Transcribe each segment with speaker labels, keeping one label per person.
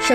Speaker 1: 什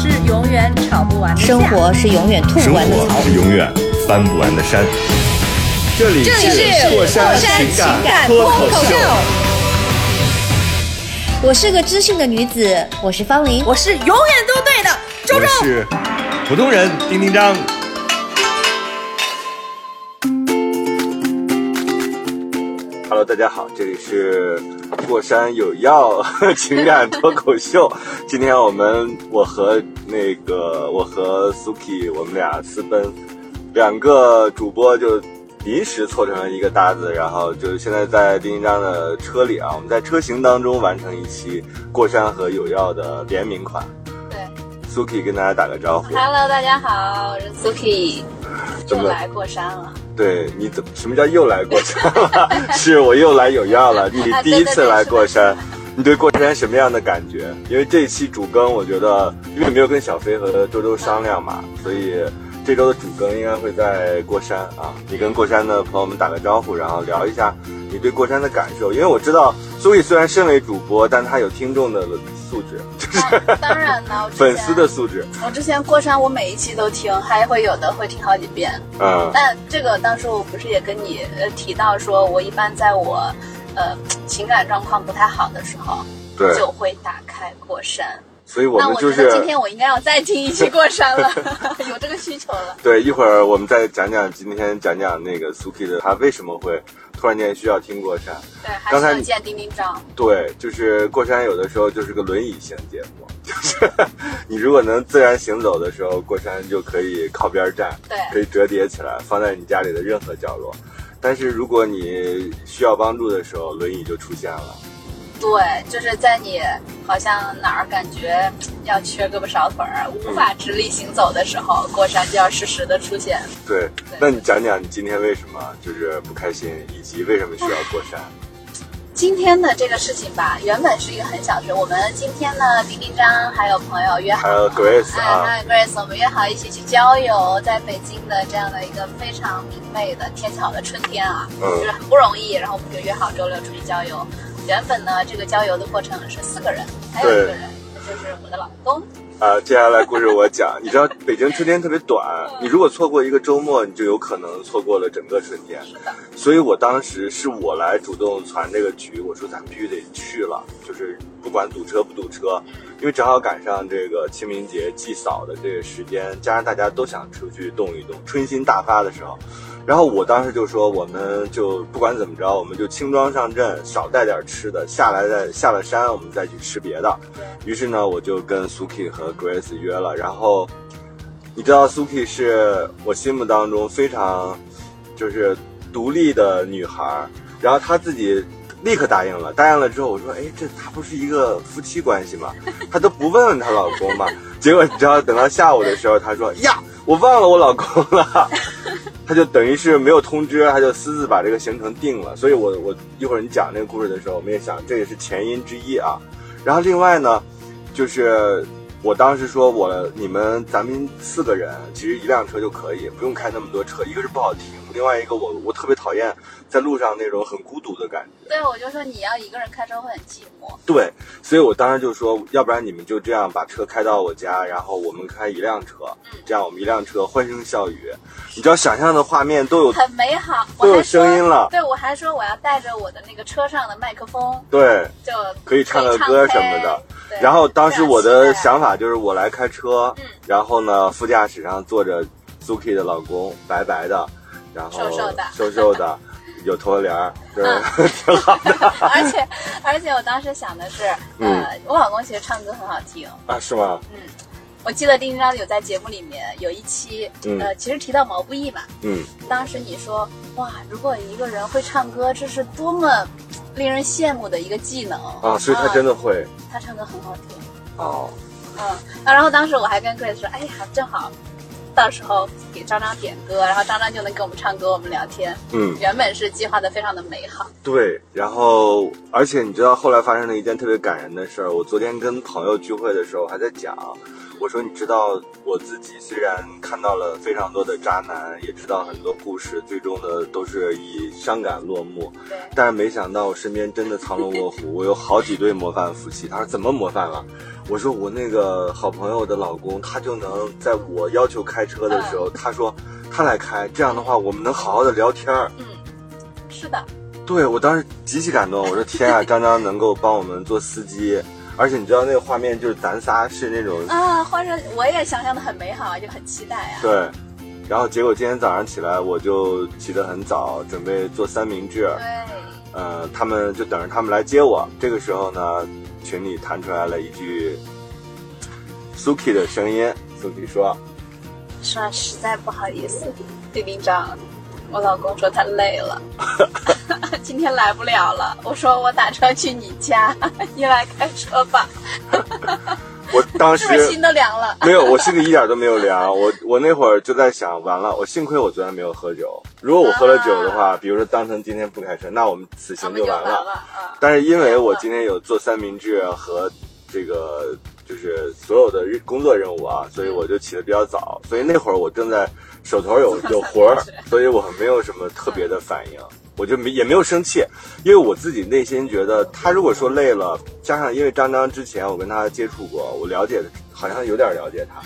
Speaker 2: 是永远吵不完的架
Speaker 1: 生活是永远吐
Speaker 3: 生
Speaker 1: 不完的
Speaker 3: 活
Speaker 1: 草。
Speaker 3: 是永远翻不完的山。这里
Speaker 2: 这里是
Speaker 3: 过山
Speaker 2: 过山
Speaker 3: 情
Speaker 2: 情感
Speaker 3: 脱
Speaker 2: 脱口秀
Speaker 3: 秀。
Speaker 1: 我是个知性的女子，我是方玲。
Speaker 2: 我是永远都对的，周周
Speaker 3: 我。是普通人丁丁张。Hello，大家好，这里是过山有药 情感脱口秀。今天我们我和那个我和 Suki 我们俩私奔，两个主播就临时凑成了一个搭子，然后就现在在丁丁张的车里啊，我们在车型当中完成一期过山和有药的联名款。Suki 跟大家打个招呼。
Speaker 4: Hello，大家好，我是 Suki，
Speaker 3: 怎么
Speaker 4: 又
Speaker 3: 了
Speaker 4: 来 过山了。
Speaker 3: 对，你怎么什么叫又来过山了？ 是我又来有药
Speaker 4: 啊
Speaker 3: 了。你第一次来过山，你对过山什么样的感觉？因为这一期主更，我觉得因为没有跟小飞和周周商量嘛，
Speaker 4: 嗯
Speaker 3: 所以这周的主更应该会在过山啊。你跟过山的朋友们打个招呼，然后聊一下你对过山的感受。因为我知道苏 i 虽然身为主播，但他有听众的素质，
Speaker 4: 当当然了，我之前
Speaker 3: 粉丝的，素质。
Speaker 4: 我之前过山，我每一期都听，还会有的会听好几遍。
Speaker 3: 嗯，
Speaker 4: 但这个当时我不是也跟你呃提到说，我一般在我呃情感状况不太好的时候，
Speaker 3: 对，
Speaker 4: 就会打开过山。
Speaker 3: 所以我
Speaker 4: 那
Speaker 3: 们
Speaker 4: 我
Speaker 3: 就
Speaker 4: 觉
Speaker 3: 是
Speaker 4: 得今天我应该要再听一期过 山了，有这个需求了。
Speaker 3: 对，一会儿我们再讲讲今天讲讲那个苏 k 的，他为什么会突然间需要听过山？
Speaker 4: 对，还
Speaker 3: 刚
Speaker 4: 是
Speaker 3: 才
Speaker 4: 要
Speaker 3: 你
Speaker 4: 见丁丁张。
Speaker 3: 对，就是过山有的时候就是个轮椅型节目，就是 你如果能自然行走的时候，过山就可以靠边站，
Speaker 4: 对
Speaker 3: 可以折叠起来放在你家里的任何角落。但是如果你需要帮助的时候，轮椅就出现了。
Speaker 4: 对，就是在你好像哪儿感觉要缺胳膊少腿儿，无
Speaker 3: 嗯
Speaker 4: 法直立行走的时候，过山就要适时的出现。
Speaker 3: 对，
Speaker 4: 对
Speaker 3: 那你讲讲你今天为什么就是不开心，以及为什么需要过山？
Speaker 4: 今天的这个事情吧，原本是一个很小事。我们今天呢，丁丁张还有朋友约好，
Speaker 3: 还有 Grace
Speaker 4: 哎，
Speaker 3: 啊，
Speaker 4: 还有 Grace，我们约好一起去郊游，在北京的这样的一个非常明媚的天巧的春天啊，
Speaker 3: 嗯
Speaker 4: 就是很不容易。然后我们就约好周六出去郊游。原本呢，这个郊游的过程是四个人，还有一个
Speaker 3: 对
Speaker 4: 人，就是我的老公。
Speaker 3: 啊，接下来故事我讲。你知道北京春天特别短，你如果错过一个周末，你就有可能错过了整个春天。所以我当时是我来主动传这个局，我说咱们必须得去了，就是不管堵车不堵车，因为正好赶上这个清明节祭扫的这个时间，加上大家都想出去动一动，春心大发的时候。然后我当时就说，我们就不管怎么着，我们就轻装上阵，少带点吃的，下来再下了山，我们再去吃别的。于是呢，我就跟 Suki 和 Grace 约了。然后，你知道 Suki 是我心目当中非常就是独立的女孩儿，然后她自己立刻答应了。答应了之后，我说：“哎，这她不是一个夫妻关系吗？她都不问问她老公吗？”结果你知道，等到下午的时候，她说：“呀，我忘了我老公了。”她就等于是没有通知，她就私自把这个行程定了。所以我我一会儿你讲那个故事的时候，我们也想这也是前因之一啊。然后另外呢，就是我当时说我你们咱们四个人其实一辆车就可以，不用开那么多车。一个是不好停，另外一个我我特别讨厌在路上那种很孤独的感觉。
Speaker 4: 对，我就说你要一个人开车会很寂寞。
Speaker 3: 对，所以我当时就说，要不然你们就这样把车开到我家，然后我们开一辆车，这样我们一辆车欢声笑语。你知道想象的画面都有，
Speaker 4: 很美好，
Speaker 3: 都有
Speaker 4: 我还说
Speaker 3: 声音了
Speaker 4: 对，我还说我要带着我的那个车上的麦克风，
Speaker 3: 对，
Speaker 4: 就
Speaker 3: 可以唱个歌什么的。
Speaker 4: 对啊
Speaker 3: 然后当时我的想
Speaker 4: 法，
Speaker 3: 法就是我来开车，
Speaker 4: 嗯
Speaker 3: 然后呢，副驾驶上坐着 Suki 的老公，白白的，然后
Speaker 4: 瘦瘦的嗯
Speaker 3: 瘦瘦 的有头发帘儿，对，
Speaker 4: 而且而且我当时想的是，
Speaker 3: 嗯
Speaker 4: 呃，我老公其实唱歌很好听，
Speaker 3: 啊，是吗？
Speaker 4: 我记得丁丁张有在节目里面有一期，
Speaker 3: 嗯
Speaker 4: 呃，其实提到毛不易嘛，
Speaker 3: 嗯，
Speaker 4: 当时你说哇，如果一个人会唱歌，这是多么令人羡慕的一个技能嗯
Speaker 3: 啊，所以他真的会
Speaker 4: 他唱歌很好听，
Speaker 3: 哦，
Speaker 4: 嗯，啊然后当时我还跟 Grace 说，哎呀，正好到时候给张张点歌，然后张张就能给我们唱歌，我们聊天。
Speaker 3: 嗯，
Speaker 4: 原本是计划的非常的美好，
Speaker 3: 对，然后而且你知道后来发生了一件特别感人的事儿。我昨天跟朋友聚会的时候还在讲，我说你知道我自己虽然看到了非常多的渣男，也知道很多故事，最终的都是以伤感落幕，
Speaker 4: 对，
Speaker 3: 但是没想到我身边真的藏龙卧虎，我有好几对模范夫妻。他说怎么模范了？我说我那个好朋友的老公，他就能在我要求开车的时候，他说他来开，这样的话我们能好好的聊天儿。
Speaker 4: 是的，
Speaker 3: 对我当时极其感动，我说天啊，张张能够帮我们做司机，而且你知道那个画面就是咱仨是那种
Speaker 4: 啊，换成我也想象的很美好，就很期待啊。
Speaker 3: 对，然后结果今天早上起来我就起得很早，准备做三明治，
Speaker 4: 对，
Speaker 3: 呃，他们就等着他们来接我。这个时候呢，群里弹出来了一句 Suki 的声音，Suki 说
Speaker 4: 说实在不好意思，李兵长，我老公说他累了， 今天来不了了。我说我打车去你家，你来开车吧，：“
Speaker 3: 我当
Speaker 4: 是不 是
Speaker 3: 时
Speaker 4: 心都凉了？
Speaker 3: 没有，我心里一点都没有凉。我我那会儿就在想，完了，我幸亏我昨天没有喝酒。如果我喝了酒的话，比如说当成今天不开车，那我们此
Speaker 4: 我
Speaker 3: 行
Speaker 4: 们就
Speaker 3: 完
Speaker 4: 完了啊。
Speaker 3: 但是因为我今天有做三明治和这个就是所有的日工作任务啊，所以
Speaker 4: 嗯
Speaker 3: 我就起得比较早，所以那会儿我正在手头有有活儿，所以我没有什么特别的
Speaker 4: 嗯
Speaker 3: 反应，我就没也没有生气，因为我自己内心觉得他如果说累了，加上因为张张之前我跟他接触过，我了解好像有点了解他，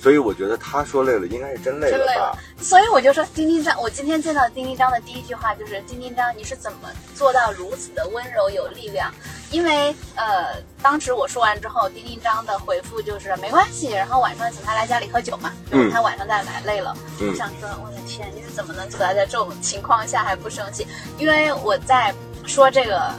Speaker 3: 所以我觉得他说累了应该是真累
Speaker 4: 嗯真
Speaker 3: 了
Speaker 4: 累
Speaker 3: 吧
Speaker 4: 了，所以我就说丁丁张，我今天见到丁丁张的第一句话就是丁丁张，你是怎么做到如此的温柔有力量？因为呃，当时我说完之后，丁丁张的回复就是没关系，然后晚上请他来家里喝酒嘛，
Speaker 3: 嗯
Speaker 4: 他晚上再来，累了。
Speaker 3: 嗯
Speaker 4: 我想说，我的天，你是怎么能做到在这种情况下还不生气？因为我在说这个。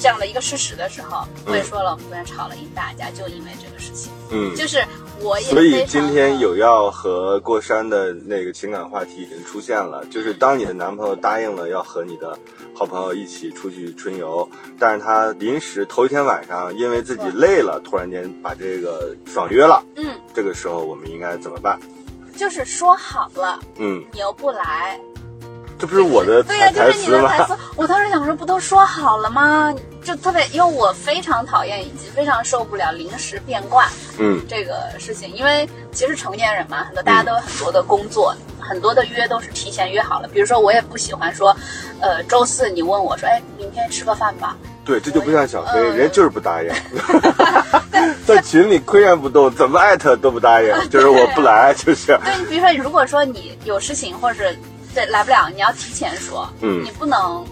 Speaker 4: 这样的一个事实的时候，我也
Speaker 3: 嗯
Speaker 4: 说了，我们昨天吵了一大架，就因为这个事情。
Speaker 3: 嗯。
Speaker 4: 就是我也
Speaker 3: 所以
Speaker 4: 非常
Speaker 3: 今天
Speaker 4: 地
Speaker 3: 有要和过山的那个情感话题已经出现了，就是当你的男朋友答应了要和你的好朋友一起出去春游，但是他临时头一天晚上因为自己累了，突然间把这个爽约了，
Speaker 4: 嗯，
Speaker 3: 这个时候我们应该怎么办？
Speaker 4: 就是说好了，
Speaker 3: 嗯，
Speaker 4: 你又不来，
Speaker 3: 这不是我的
Speaker 4: 对
Speaker 3: 台
Speaker 4: 呀、就
Speaker 3: 台
Speaker 4: 是你
Speaker 3: 词
Speaker 4: 的
Speaker 3: 吗？
Speaker 4: 台词。我当时想说，不都说好了吗？就特别，因为我非常讨厌以及非常受不了临时变卦
Speaker 3: 嗯
Speaker 4: 这个事情，因为其实成年人嘛，很多大家都有很多的工作，很多的约都是提前约好了。比如说，我也不喜欢说，呃，周四你问我说，哎，明天吃个饭吧，
Speaker 3: 对，这就不像小飞，
Speaker 4: 嗯
Speaker 3: 人家就是不 答应， 在群里岿然不动，怎么艾特都不答应，就是我不来，就是
Speaker 4: 对，你比如说，如果说你有事情或者是对来不了，你要提前说，
Speaker 3: 嗯
Speaker 4: 你不能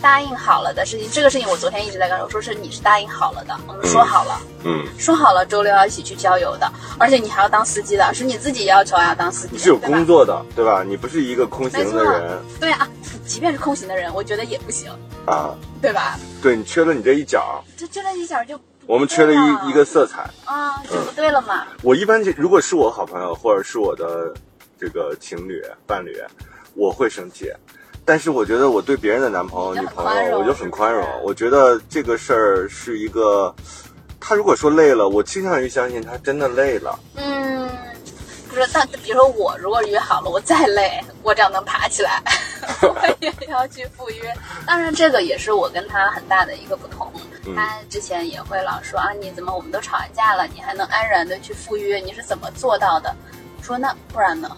Speaker 4: 答应好了的事情。这个事情我昨天一直在跟我说，是你是答应好了的，我们说好了，
Speaker 3: 嗯。
Speaker 4: 说好了周六要一起去郊游的，而且你还要当司机的，是你自己要求要当司机
Speaker 3: 你
Speaker 4: 的，
Speaker 3: 是有
Speaker 4: 对
Speaker 3: 工
Speaker 4: 吧？
Speaker 3: 作的，对吧？你不是一个空
Speaker 4: 没
Speaker 3: 行
Speaker 4: 错
Speaker 3: 的人，
Speaker 4: 对啊， 即便是空行的人，我觉得也不行，
Speaker 3: 啊。
Speaker 4: 对吧？
Speaker 3: 对你缺了你这一角，
Speaker 4: 这这一角就不
Speaker 3: 我们缺了
Speaker 4: 对了
Speaker 3: 一一个色彩。
Speaker 4: 啊，就不对了嘛。
Speaker 3: 我一般就如果是我好朋友或者是我的这个情侣伴侣，我会生气。但是我觉得我对别人的男朋友、
Speaker 4: 你就
Speaker 3: 女
Speaker 4: 很
Speaker 3: 朋
Speaker 4: 宽
Speaker 3: 友，
Speaker 4: 容
Speaker 3: 我就很宽容
Speaker 4: 是不。是
Speaker 3: 我觉得这个事儿是一个，他如果说累了，我倾向于相信他真的累了。
Speaker 4: 嗯，不是，但比如说我如果约好了，我再累，我只要能爬起来， 我也要去赴约。当然，这个也是我跟他很大的一个不同。
Speaker 3: 嗯
Speaker 4: 他之前也会老说啊，你怎么我们都吵完架了，你还能安然的去赴约，你是怎么做到的？我说那不然呢？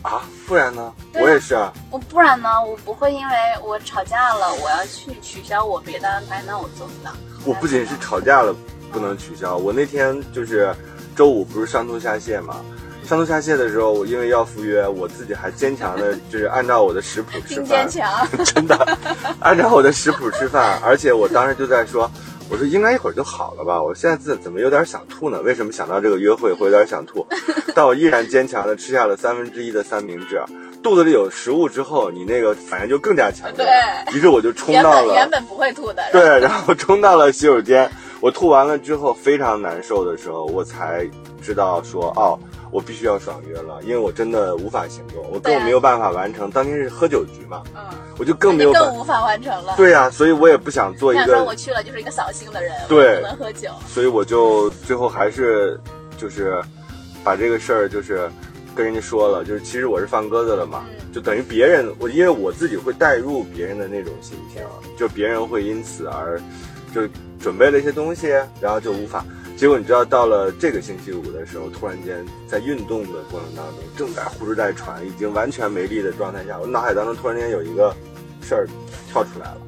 Speaker 3: 啊，不然呢？
Speaker 4: 对啊
Speaker 3: 我也是啊。
Speaker 4: 我不然呢？我不会因为我吵架了，我要去取消我别的安排，那我做不到。
Speaker 3: 我不仅是吵架了不能取消，我那天就是周五不是上吐下泻嘛，上吐下泻的时候，我因为要赴约，我自己还坚强的，就是按照我的食谱吃
Speaker 4: 金
Speaker 3: 饭
Speaker 4: 坚，强，
Speaker 3: 真的，按照我的食谱吃饭，而且我当时就在说，我说应该一会儿就好了吧，我现在怎怎么有点想吐呢？为什么想到这个约会会有点想吐？ 但我依然坚强的吃下了三分之一的三明治，啊肚子里有食物之后，你那个反应就更加强烈，
Speaker 4: 对
Speaker 3: 于是我就冲
Speaker 4: 原
Speaker 3: 到
Speaker 4: 本
Speaker 3: 了
Speaker 4: 原本不会吐的，
Speaker 3: 对，然后冲到了洗手间，我吐完了之后非常难受的时候，我才知道说哦，我必须要爽约了，因为我真的无法行动，我根本没有办法完成。当天是喝酒局嘛，
Speaker 4: 嗯，
Speaker 3: 我就更没
Speaker 4: 啊那
Speaker 3: 有
Speaker 4: 就
Speaker 3: 办
Speaker 4: 更无法完成了。，
Speaker 3: 对呀、所以我也不想做一
Speaker 4: 那时候我
Speaker 3: 个，
Speaker 4: 去了就是一个扫兴的人，我
Speaker 3: 对
Speaker 4: 不能喝酒。
Speaker 3: 所以我就最后还是就是把这个事儿就是跟人家说了，就是其实我是放鸽子了嘛，
Speaker 4: 嗯
Speaker 3: 就等于别人我因为我自己会带入别人的那种心情，啊就别人会因此而就准备了一些东西，然后就无法。结果你知道，到了这个星期五的时候，突然间在运动的过程当中，正在呼哧带喘，已经完全没力的状态下，我脑海当中突然间有一个事儿跳出来了。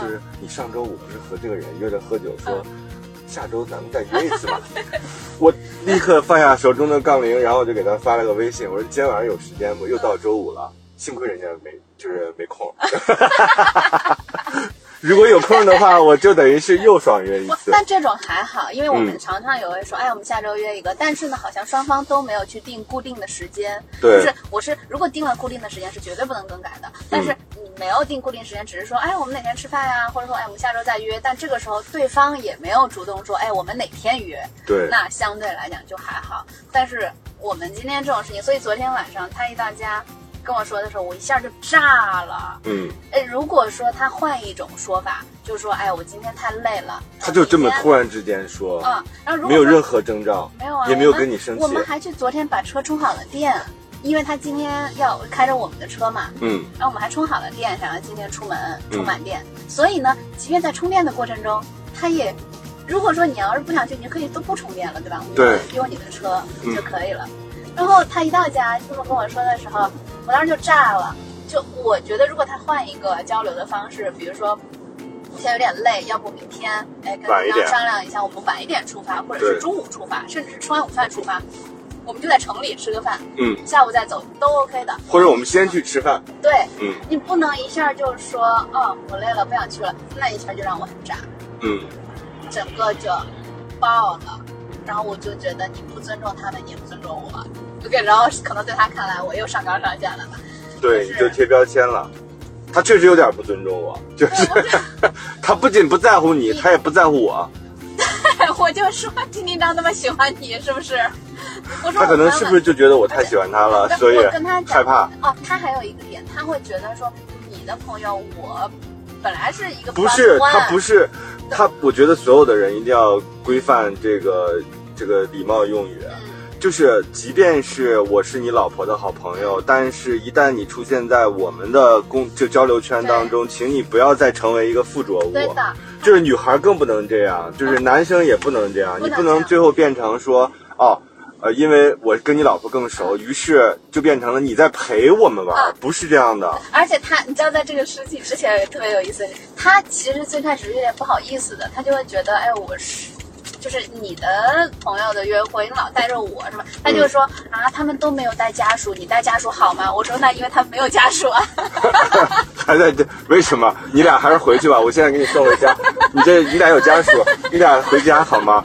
Speaker 3: 就
Speaker 4: 嗯，
Speaker 3: 是你上周五不是和这个人约着喝酒，说
Speaker 4: 嗯
Speaker 3: 下周咱们再约一次吧。 我立刻放下手中的杠铃，然后我就给他发了个微信，我说今天晚上有时间不？又到周五了，幸亏人家没就是没空。 如果有空的话，我就等于是又爽约一
Speaker 4: 不
Speaker 3: 次。
Speaker 4: 但这种还好，因为我们
Speaker 3: 嗯
Speaker 4: 常常也会说，哎，我们下周约一个，但是呢，好像双方都没有去定固定的时间。就
Speaker 3: 对
Speaker 4: 是我是如果定了固定的时间是绝对不能更改的，但
Speaker 3: 嗯
Speaker 4: 是你没有定固定时间，只是说哎我们哪天吃饭呀、或者说哎我们下周再约，但这个时候对方也没有主动说哎我们哪天约，
Speaker 3: 对，
Speaker 4: 那相对来讲就还好。但是我们今天这种事情，所以昨天晚上他一到家跟我说的时候，我一下就炸了。
Speaker 3: 嗯，
Speaker 4: 哎，如果说他换一种说法，就是说哎我今天太累了，
Speaker 3: 他就这么突
Speaker 4: 然，
Speaker 3: 然之间说，
Speaker 4: 嗯，然后如果
Speaker 3: 没有
Speaker 4: 说
Speaker 3: 任何征兆，
Speaker 4: 没有啊，
Speaker 3: 也没有
Speaker 4: 我们
Speaker 3: 跟你生气
Speaker 4: 我们还去昨天把车充好了电，因为他今天要开着我们的车嘛，
Speaker 3: 嗯，
Speaker 4: 然后我们还充好了电，想要今天出门
Speaker 3: 嗯
Speaker 4: 充满电。所以呢，即便在充电的过程中，他也，如果说你要是不想去，你就可以都不充电了，对吧？我
Speaker 3: 对
Speaker 4: 用你的车
Speaker 3: 嗯
Speaker 4: 就可以了。然后他一到家这么跟我说的时候，我当时就炸了。就我觉得，如果他换一个交流的方式，比如说。现在有点累，要不明天哎跟
Speaker 3: 晚一
Speaker 4: 对方
Speaker 3: 点
Speaker 4: 商量一下，我们晚一点出发，或者
Speaker 3: 对
Speaker 4: 是中午出发，甚至是吃完午饭出发，我们就在城里吃个饭，
Speaker 3: 嗯，
Speaker 4: 下午再走都 OK 的。
Speaker 3: 或者我们先去吃饭，
Speaker 4: 对，
Speaker 3: 嗯
Speaker 4: 你不能一下就说，哦，我累了，不想去了，那一下就让我很炸，
Speaker 3: 嗯，
Speaker 4: 整个就爆了。然后我就觉得你不尊重他们，你也不尊重我。OK，然后可能在他看来，我又上纲上线了 吧？
Speaker 3: 对，你
Speaker 4: 就是
Speaker 3: 就贴标签了。他确实有点不尊重我，就是
Speaker 4: 对我就
Speaker 3: 他不仅不在乎你，他也不在乎我。
Speaker 4: 我就说丁丁章那么喜欢你，是不是？我说
Speaker 3: 他可能
Speaker 4: 我
Speaker 3: 是
Speaker 4: 问
Speaker 3: 不
Speaker 4: 问
Speaker 3: 是就觉得我太喜欢他了，
Speaker 4: 但
Speaker 3: 所以
Speaker 4: 我跟他讲
Speaker 3: 害怕？
Speaker 4: 哦，他还有一个点，他会觉得说你的朋友我本来是一个
Speaker 3: 不是，他不
Speaker 4: 是
Speaker 3: 是他。我觉得所有的人一定要规范这个这个礼貌用语，
Speaker 4: 嗯
Speaker 3: 就是即便是我是你老婆的好朋友，但是一旦你出现在我们的公就交流圈当中，请你不要再成为一个附着物。
Speaker 4: 对的，
Speaker 3: 就是女孩更不能这样，就是男生也不能这样，
Speaker 4: 不
Speaker 3: 你不
Speaker 4: 能
Speaker 3: 能最后变成说哦。呃，因为我跟你老婆更熟，于是就变成了你在陪我们玩，
Speaker 4: 啊
Speaker 3: 不是这样的。
Speaker 4: 而且他，你知道，在这个事情之前也特别有意思。他其实最开始是有点不好意思的，他就会觉得，哎，我是，就是你的朋友的约会，你老带着我是吧？他就说、啊，他们都没有带家属，你带家属好吗？我说那因为他们没有家属啊。
Speaker 3: 还在这？为什么？你俩还是回去吧，我现在给你送回家。你这你俩有家属，你俩回家好吗？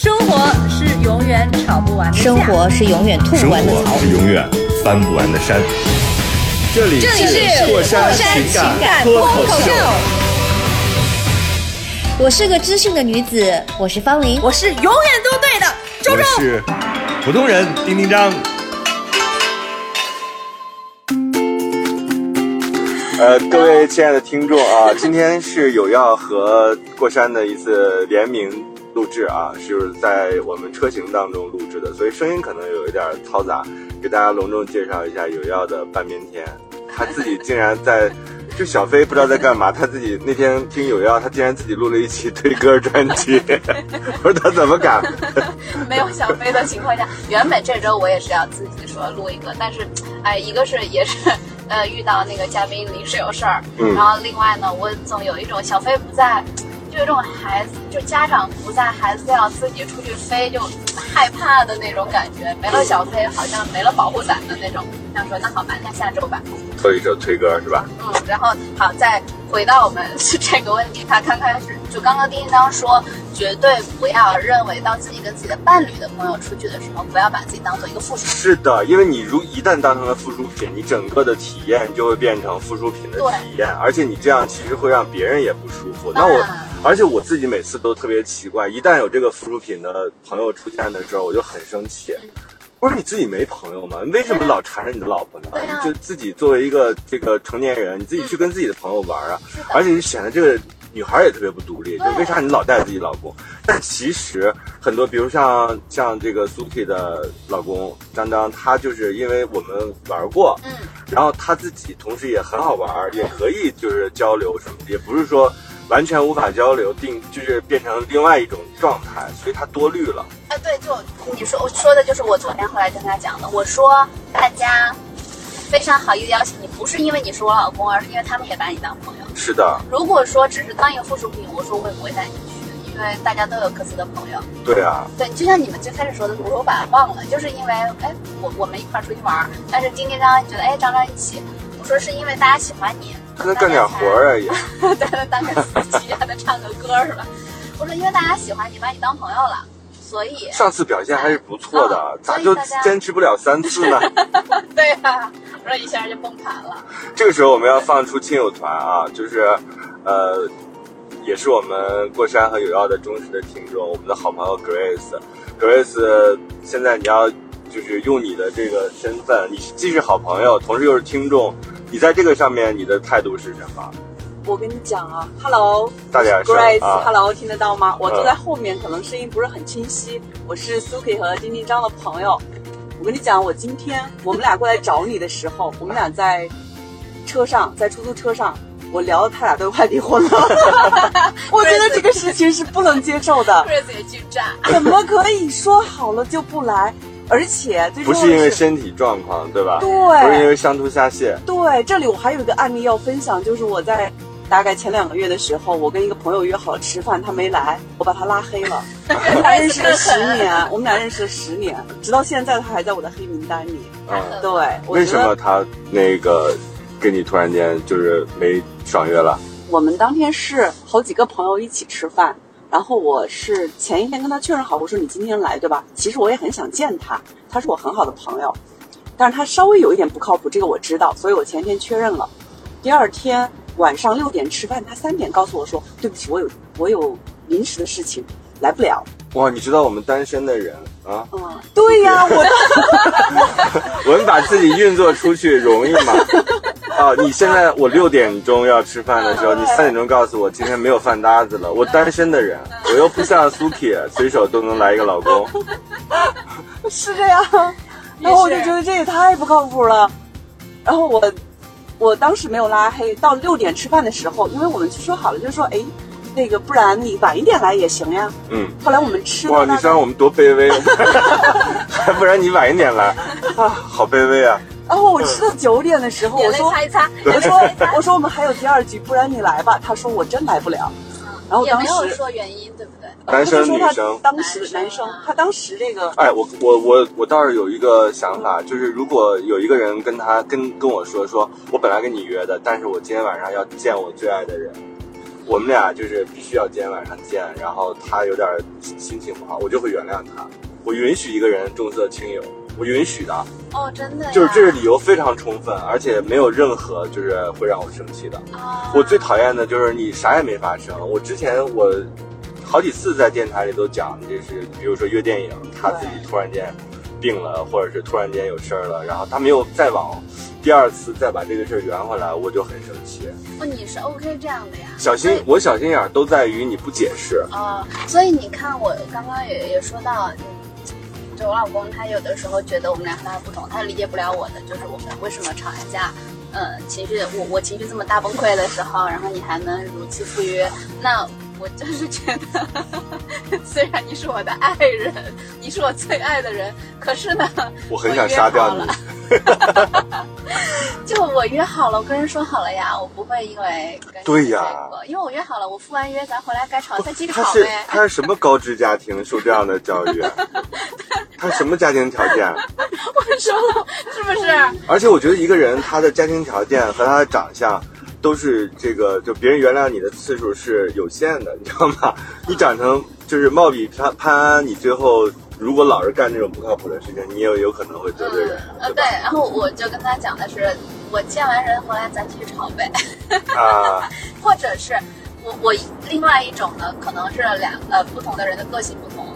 Speaker 2: 生活是永远吵不完的架
Speaker 1: 生活是永远吐不
Speaker 5: 生
Speaker 1: 完的草
Speaker 5: 活。是永远翻不完的山。这里是过山情感脱口秀。
Speaker 1: 我是个知性的女子，我是方玲。
Speaker 2: 我是永远都对的，周
Speaker 5: 我
Speaker 2: 周。
Speaker 5: 是普通人丁丁张，
Speaker 3: 呃，各位亲爱的听众啊，今天是有要和过山的一次联名录制啊，是在我们车型当中录制的，所以声音可能有一点嘈杂，给大家隆重介绍一下有要的半边天，他自己竟然在。就小飞不知道在干嘛，他自己那天听有要，他竟然自己录了一期推歌专辑， 我说他怎么敢？
Speaker 4: 没有小飞的情况下，原本这周我也是要自己说录一个，但是，哎，一个是也是呃遇到那个嘉宾临时有事儿，
Speaker 3: 嗯
Speaker 4: 然后另外呢，我总有一种小飞不在，就有种孩子，就家长不在，孩子要自己出去飞，就害怕的那种感觉。没了小飞，好像没了保护伞的那种。想说那好吧，那下周吧。
Speaker 3: 推一首推歌是吧？
Speaker 4: 嗯，然后好，再回到我们 这个问题，他刚开始就刚刚丁一当说，绝对不要认为当自己跟自己的伴侣的朋友出去的时候，不要把自己当做一个附属品。
Speaker 3: 是的，因为你如一旦当成了附属品，你整个的体验就会变成附属品的体验，而且你这样其实会让别人也不舒服。那我，而且我自己每次都特别奇怪，一旦有这个附属品的朋友出现的时候，我就很生气。嗯不是你自己没朋友吗？你为什么老缠着你的老婆呢？
Speaker 4: 啊、
Speaker 3: 就自己作为一个这个成年人，你自己去跟自己的啊朋友玩啊，而且你显得这个女孩也特别不独立。就为啥你老带自己老公？但其实很多，比如像像这个苏 K 的老公张张，他就是因为我们玩过，
Speaker 4: 嗯，
Speaker 3: 然后他自己同时也很好玩，也可以就是交流什么的，也不是说。完全无法交流，定就是变成另外一种状态，所以他多虑了。
Speaker 4: 哎、啊，对，就你说我说的就是我昨天回来跟他讲的，我说大家非常好意的邀请你，不是因为你是我老公，而是因为他们也把你当朋友。
Speaker 3: 是的。
Speaker 4: 如果说只是当一个附属品，我说我也不会带你去，因为大家都有各自的朋友。
Speaker 3: 对啊。
Speaker 4: 对，就像你们最开始说的，我说我把它忘了，就是因为哎，我我们一块出去玩，但是丁丁张觉得哎，张张一起，我说是因为大家喜欢你。
Speaker 3: 那干点活 儿啊也，
Speaker 4: 当个当个司机，还能 唱个歌是吧？我说，因为大家喜欢你，把你当朋友了，所 以
Speaker 3: 上次表现还是不错的，
Speaker 4: 哦、
Speaker 3: 咋就坚持不了三次呢？
Speaker 4: 对啊，我说一下就崩盘了。
Speaker 3: 这个时候我们要放出亲友团啊，就是呃，也是我们过山和有药的忠实的听众，我们的好朋友 Grace，Grace，Grace, 现在你要就是用你的这个身份，你既是好朋友，同时又是听众。你在这个上面你的态度是什么？
Speaker 6: 我跟你讲啊，Hello，
Speaker 3: 大点声啊嗯
Speaker 6: ！Grace，Hello，听得到吗？我坐在后面，可能声音不是很清晰。我是 Suki 和丁丁张的朋友。我跟你讲，我今天我们俩过来找你的时候，我们俩在车上，在出租车上，我聊的他俩都快离婚了。我觉得这个事情是不能接受 的。
Speaker 4: Grace 也巨炸，
Speaker 6: 怎么可以说好了就不来？而且最
Speaker 3: 不是因为身体状况，对吧？
Speaker 6: 对，
Speaker 3: 不是因为上吐下泻。
Speaker 6: 对，这里我还有一个案例要分享，就是我在大概前两个月的时候，我跟一个朋友约好了吃饭，他没来，我把他拉黑了。我们俩认识了十年，我们俩认识了十年，直到现在他还在我的黑名单里。
Speaker 3: 嗯，
Speaker 6: 对。
Speaker 3: 为什么他那个跟你突然间就是没爽约了？
Speaker 6: 我们当天是好几个朋友一起吃饭。然后我是前一天跟他确认好，我说你今天来对吧？其实我也很想见他，他是我很好的朋友，但是他稍微有一点不靠谱，这个我知道，所以我前天确认了。第二天晚上六点吃饭，他三点告诉我说：“对不起，我有我有临时的事情，来不了。”
Speaker 3: 哇，你知道我们单身的人啊？
Speaker 6: 嗯，对呀、啊，我
Speaker 3: 我们把自己运作出去容易吗？啊、哦！你现在我六点钟要吃饭的时候，你三点钟告诉我今天没有饭搭子了。我单身的人，我又不像苏 k 随手都能来一个老公，
Speaker 6: 是这样。然后我就觉得这也太不靠谱了。然后我，我当时没有拉黑。到六点吃饭的时候，因为我们就说好了，就说哎，那个不然你晚一点来也行呀。
Speaker 3: 嗯。
Speaker 6: 后来我们吃
Speaker 3: 哇！你想想我们多卑微，啊不然你晚一点来啊，好卑微啊。
Speaker 6: 然后我吃到九点的时候，我说
Speaker 4: 擦一擦，
Speaker 6: 我说我说我们还有第二局，不然你来吧。他说我真来不了。然后当时
Speaker 4: 也没有说原因，对不对？
Speaker 3: 男生女
Speaker 6: 生，当时男生他当时这个，
Speaker 3: 哎，我我我我倒是有一个想法，就是如果有一个人跟他跟跟我说说，我本来跟你约的，但是我今天晚上要见我最爱的人，我们俩就是必须要今天晚上见，然后他有点心情不好，我就会原谅他，我允许一个人重色轻友。我允许的
Speaker 4: 哦，真的，
Speaker 3: 就是这个理由非常充分，而且没有任何就是会让我生气的。
Speaker 4: 啊、
Speaker 3: 我最讨厌的就是你啥也没发生。我之前我好几次在电台里都讲，就是比如说约电影，他自己突然间病了，或者是突然间有事儿了，然后他没有再往第二次再把这个事儿圆回来，我就很生气。
Speaker 4: 哦，你是 OK 这样的呀？
Speaker 3: 小心，我小心眼儿都在于你不解释
Speaker 4: 啊、呃。所以你看，我刚刚也也说到。就我老公，他有的时候觉得我们俩很大不同，他理解不了我的，就是我们为什么吵完架，呃，情绪我我情绪这么大崩溃的时候，然后你还能如期赴约，那我就是觉得 呵呵，虽然你是我的爱人，你是我最爱的人，可是呢，
Speaker 3: 我很想杀掉你，
Speaker 4: 就就我约好了，我跟人说好了呀，我不会因为跟
Speaker 3: 对呀
Speaker 4: 这个因为我约好了，我赴完约咱回来该吵再继续
Speaker 3: 他
Speaker 4: 吵
Speaker 3: 是
Speaker 4: 呗。
Speaker 3: 他是什么高知家庭受这样的教育？啊他什么家庭条件？啊
Speaker 4: 我说了，是不是？
Speaker 3: 而且我觉得一个人他的家庭条件和他的长相，都是这个就别人原谅你的次数是有限的，你 知道吗？你长成就是貌比潘潘安，你最后如果老是干这种不靠谱的事情，你也有可能会得罪人，
Speaker 4: 呃，对
Speaker 3: 吧？，
Speaker 4: 然后我就跟他讲的是，我见完人回来咱继续吵呗。
Speaker 3: 啊，
Speaker 4: 或者是我我另外一种呢，可能是两呃不同的人的个性不同，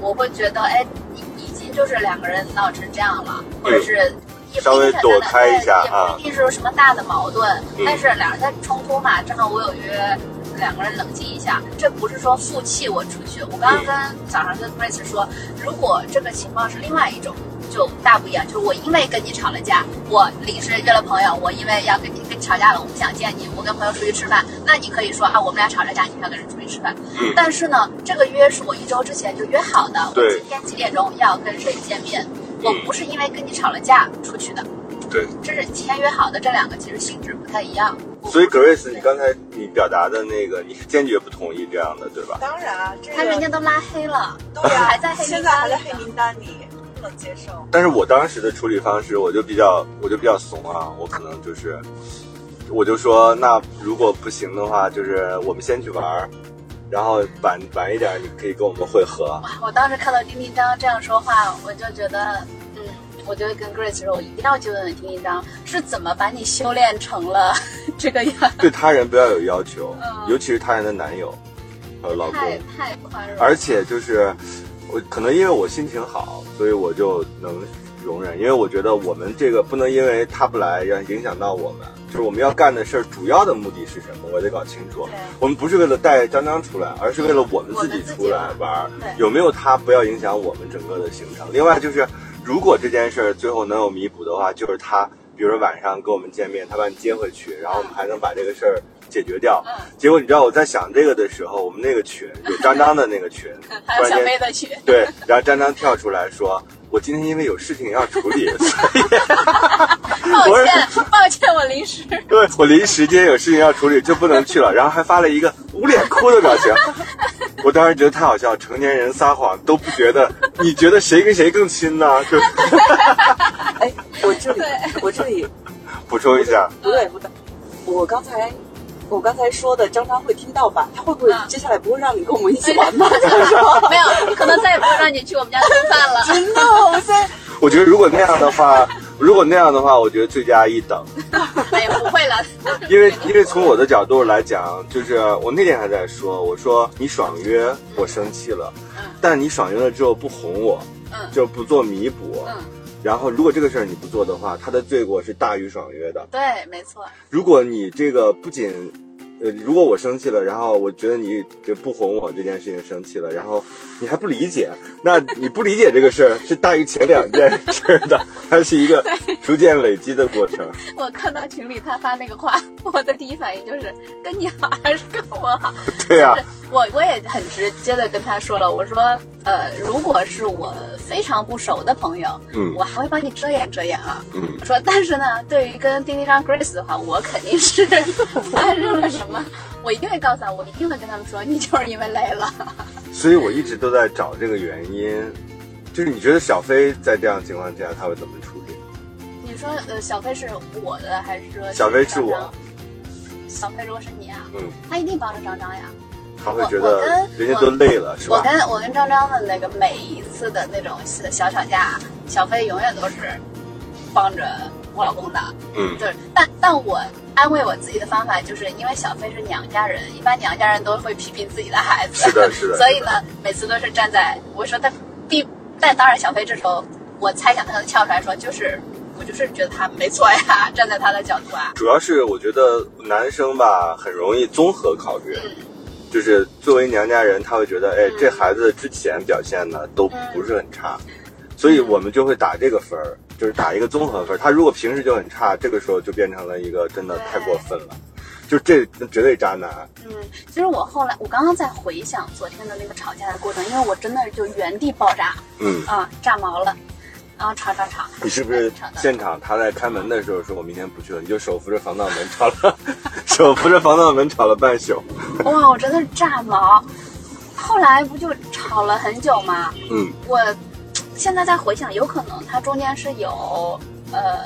Speaker 4: 我会觉得哎，已已经就是两个人闹成这样了，或者是也
Speaker 3: 稍
Speaker 4: 不一
Speaker 3: 微
Speaker 4: 定是
Speaker 3: 躲
Speaker 4: 真的
Speaker 3: 开一下
Speaker 4: 对
Speaker 3: 啊
Speaker 4: 也不一定是有什么大的矛盾，
Speaker 3: 嗯
Speaker 4: 但是两人在冲突嘛，正好我有约。两个人冷静一下，这不是说负气我出去。我刚刚
Speaker 3: 嗯
Speaker 4: 跟早上跟 Grace 说，如果这个情况是另外一种，就大不一样。就是我因为跟你吵了架，我临时约了朋友，我因为要跟你跟你吵架了，我不想见你，我跟朋友出去吃饭，那你可以说啊，我们俩吵了架，你不要跟人出去吃饭。
Speaker 3: 嗯
Speaker 4: 但是呢，这个约是我一周之前就约好的，我
Speaker 3: 对
Speaker 4: 今天几点钟要跟谁见面，我
Speaker 3: 嗯
Speaker 4: 不是因为跟你吵了架出去的，
Speaker 3: 对。
Speaker 4: 这是提前约好的。这两个其实性质不太一样。我
Speaker 3: 所以
Speaker 4: 不是
Speaker 3: Grace，你刚才你表达的那个，你是坚决不同意这样的，对吧？
Speaker 7: 当然啊，这个
Speaker 4: 他人家都拉黑了，
Speaker 7: 对呀、
Speaker 4: 还在黑名单
Speaker 7: 现
Speaker 4: 里啊
Speaker 7: 在还在黑名单里，不能接受。
Speaker 3: 但是我当时的处理方式，我就比较，我就比较怂啊，我可能就是，我就说，那如果不行的话，就是我们先去玩儿，然后晚晚一点你可以跟我们会合。
Speaker 4: 哇我当时看到丁丁张这样说话，我就觉得，嗯，我就跟 Grace 说，我一定要去问问丁丁张是怎么把你修炼成了 这个样，
Speaker 3: 对他人不要有要求，
Speaker 4: 嗯
Speaker 3: 尤其是他人的男友和老公。
Speaker 4: 太太宽容了。
Speaker 3: 而且就是我可能因为我心情好，所以我就能容忍，因为我觉得我们这个不能因为他不来让影响到我们，就是我们要干的事儿主要的目的是什么，我得搞清楚。我们不是为了带张张出来，而是为了我们自己出来玩儿
Speaker 4: 对，
Speaker 3: 有没有他不要影响我们整个的行程。另外就是，如果这件事儿最后能有弥补的话，就是他。比如说晚上跟我们见面，他把你接回去，然后我们还能把这个事儿解决掉。
Speaker 4: 嗯
Speaker 3: 结果你知道我在想这个的时候，我们那个 群有张张的那个群，
Speaker 4: 还
Speaker 3: 突
Speaker 4: 有
Speaker 3: 然
Speaker 4: 小
Speaker 3: 间
Speaker 4: 飞的群，
Speaker 3: 对，然后张张跳出来说：“我今天因为有事情要处 理，所以
Speaker 4: 抱
Speaker 3: 我
Speaker 4: 歉，抱歉，我临时。
Speaker 3: 对我临时间有事情要处理，就不能去了。”然后还发了一个捂脸哭的表情。我当时觉得太好笑，成年人撒谎都不觉得，你觉得谁跟谁更亲呢？就
Speaker 6: 哎，我这里，我这里
Speaker 3: 补充一下，
Speaker 6: 不对不
Speaker 4: 嗯
Speaker 6: 对，我刚才我刚才说的张张会听到吧？他会不会
Speaker 4: 嗯
Speaker 6: 接下来不会让你跟我们一起玩 吧？他说
Speaker 4: 没有，可能再也不会让你去我们家吃饭 了。
Speaker 6: 真的，我在
Speaker 3: 我觉得如果那样的话，如果那样的话，我觉得罪加一等。
Speaker 4: 哎，不会了。
Speaker 3: 因为因为从我的角度来讲，就是我那天还在说，我说你爽约我生气了，但你爽约了之后不哄我，
Speaker 4: 嗯
Speaker 3: 就不做弥补，
Speaker 4: 嗯
Speaker 3: 然后如果这个事儿你不做的话，他的罪过是大于爽约的。
Speaker 4: 对，没错，
Speaker 3: 如果你这个不仅，呃，如果我生气了，然后我觉得你就不哄我这件事情生气了，然后你还不理 解，那你不理解这个事儿是大于前两件事的，它是一个逐渐累积的过程。
Speaker 4: 我看到群里他发那个话，我的第一反应就是跟你好还是跟我好？
Speaker 3: 对 啊呀、
Speaker 4: 就是我我也很直接的跟他说了，我说，呃，如果是我非常不熟的朋友，
Speaker 3: 嗯
Speaker 4: 我还会帮你遮掩遮掩啊。
Speaker 3: 嗯
Speaker 4: 我说，但是呢，对于跟丁丁张 Grace 的话，我肯定是发生 了什么，我一定会告诉他，我一定会跟他们说，你就是因为累了。
Speaker 3: 嗯所以我一直都在找这个原因，就是你觉得小飞在这样的情况下他会怎么处理？
Speaker 4: 你说，呃，小飞是我的还是说
Speaker 3: 小飞是我
Speaker 4: 张张？小飞如果是你啊，
Speaker 3: 嗯，
Speaker 4: 他一定帮着张张呀。
Speaker 3: 他会
Speaker 4: 我
Speaker 3: 觉
Speaker 4: 我
Speaker 3: 得
Speaker 4: 跟
Speaker 3: 人家都累了，是
Speaker 4: 我
Speaker 3: 吧？
Speaker 4: 跟我跟张张的那个每一次的那种小小吵架，小飞永远都是帮着我老公的，
Speaker 3: 嗯
Speaker 4: 就是但但我安慰我自己的方法就是因为小飞是娘家人，一般娘家人都会批评自己的孩子，
Speaker 3: 是的是的
Speaker 4: 所以呢，每次都是站在我说他必，但当然小飞这时候我猜想他能跳出来说就是我就是觉得他没错呀， 站在他的角度啊，
Speaker 3: 主要是我觉得男生吧很容易综合考虑，就是作为娘家人，他会觉得，哎，这孩子之前表现呢都不是很差，所以我们就会打这个分儿，就是打一个综合分儿。他如果平时就很差，这个时候就变成了一个真的太过分了，就这绝对渣男。
Speaker 4: 嗯，其实我后来我刚刚在回想昨天的那个吵架的过程，因为我真的就原地爆炸。
Speaker 3: 嗯
Speaker 4: 啊，炸毛了。然后吵吵吵，
Speaker 3: 你是不是
Speaker 4: 吵到
Speaker 3: 现场他在开门的时候说我明天不去了，你就手扶着防盗门吵了，手扶着防盗门吵了半宿。
Speaker 4: 哇，我真的是炸毛。后来不就吵了很久吗？
Speaker 3: 嗯，
Speaker 4: 我现在在回想，有可能它中间是有呃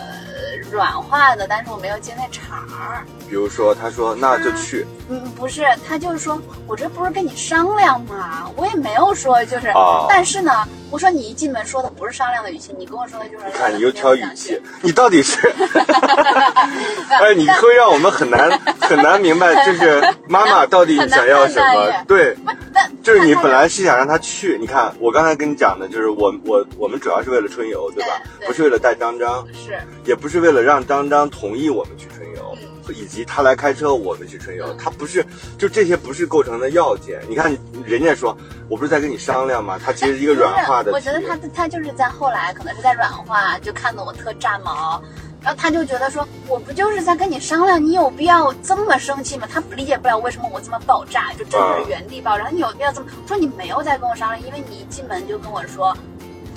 Speaker 4: 软化的，但是我没有接那茬儿。
Speaker 3: 比如说他说那就去
Speaker 4: 嗯，不是，他就是说我这不是跟你商量吗？我也没有说就是，
Speaker 3: 哦
Speaker 4: 但是呢，我说你一进门说的不是商量的语气，你跟我说的就是
Speaker 3: 你看你又挑语气，你到底 是，哎，
Speaker 4: 哎
Speaker 3: 你会让我们很难 很难明白，就是妈妈到底想要什
Speaker 4: 很难判
Speaker 3: 么
Speaker 4: 断？
Speaker 3: 对，
Speaker 4: 但
Speaker 3: 就是你本来是想让他去，你看我刚才跟你讲的，就是我我我们主要是为了春游，对吧？
Speaker 4: 对
Speaker 3: 不是为了带张张，
Speaker 4: 是
Speaker 3: 也不是为了让张张同意我们去春游，
Speaker 4: 嗯
Speaker 3: 以及他来开车我们去春游，他不是就这些不是构成的要件。你看人家说，我不是在跟你商量吗？他其实是一个软化的
Speaker 4: 我
Speaker 3: 体
Speaker 4: 觉得他他就是在后来可能是在软化，就看得我特炸毛，然后他就觉得说我不就是在跟你商量，你有必要这么生气吗？他不理解不了为什么我这么爆炸，就真的
Speaker 3: 啊
Speaker 4: 是原地爆炸。你有必要这么我说？你没有在跟我商量，因为你一进门就跟我说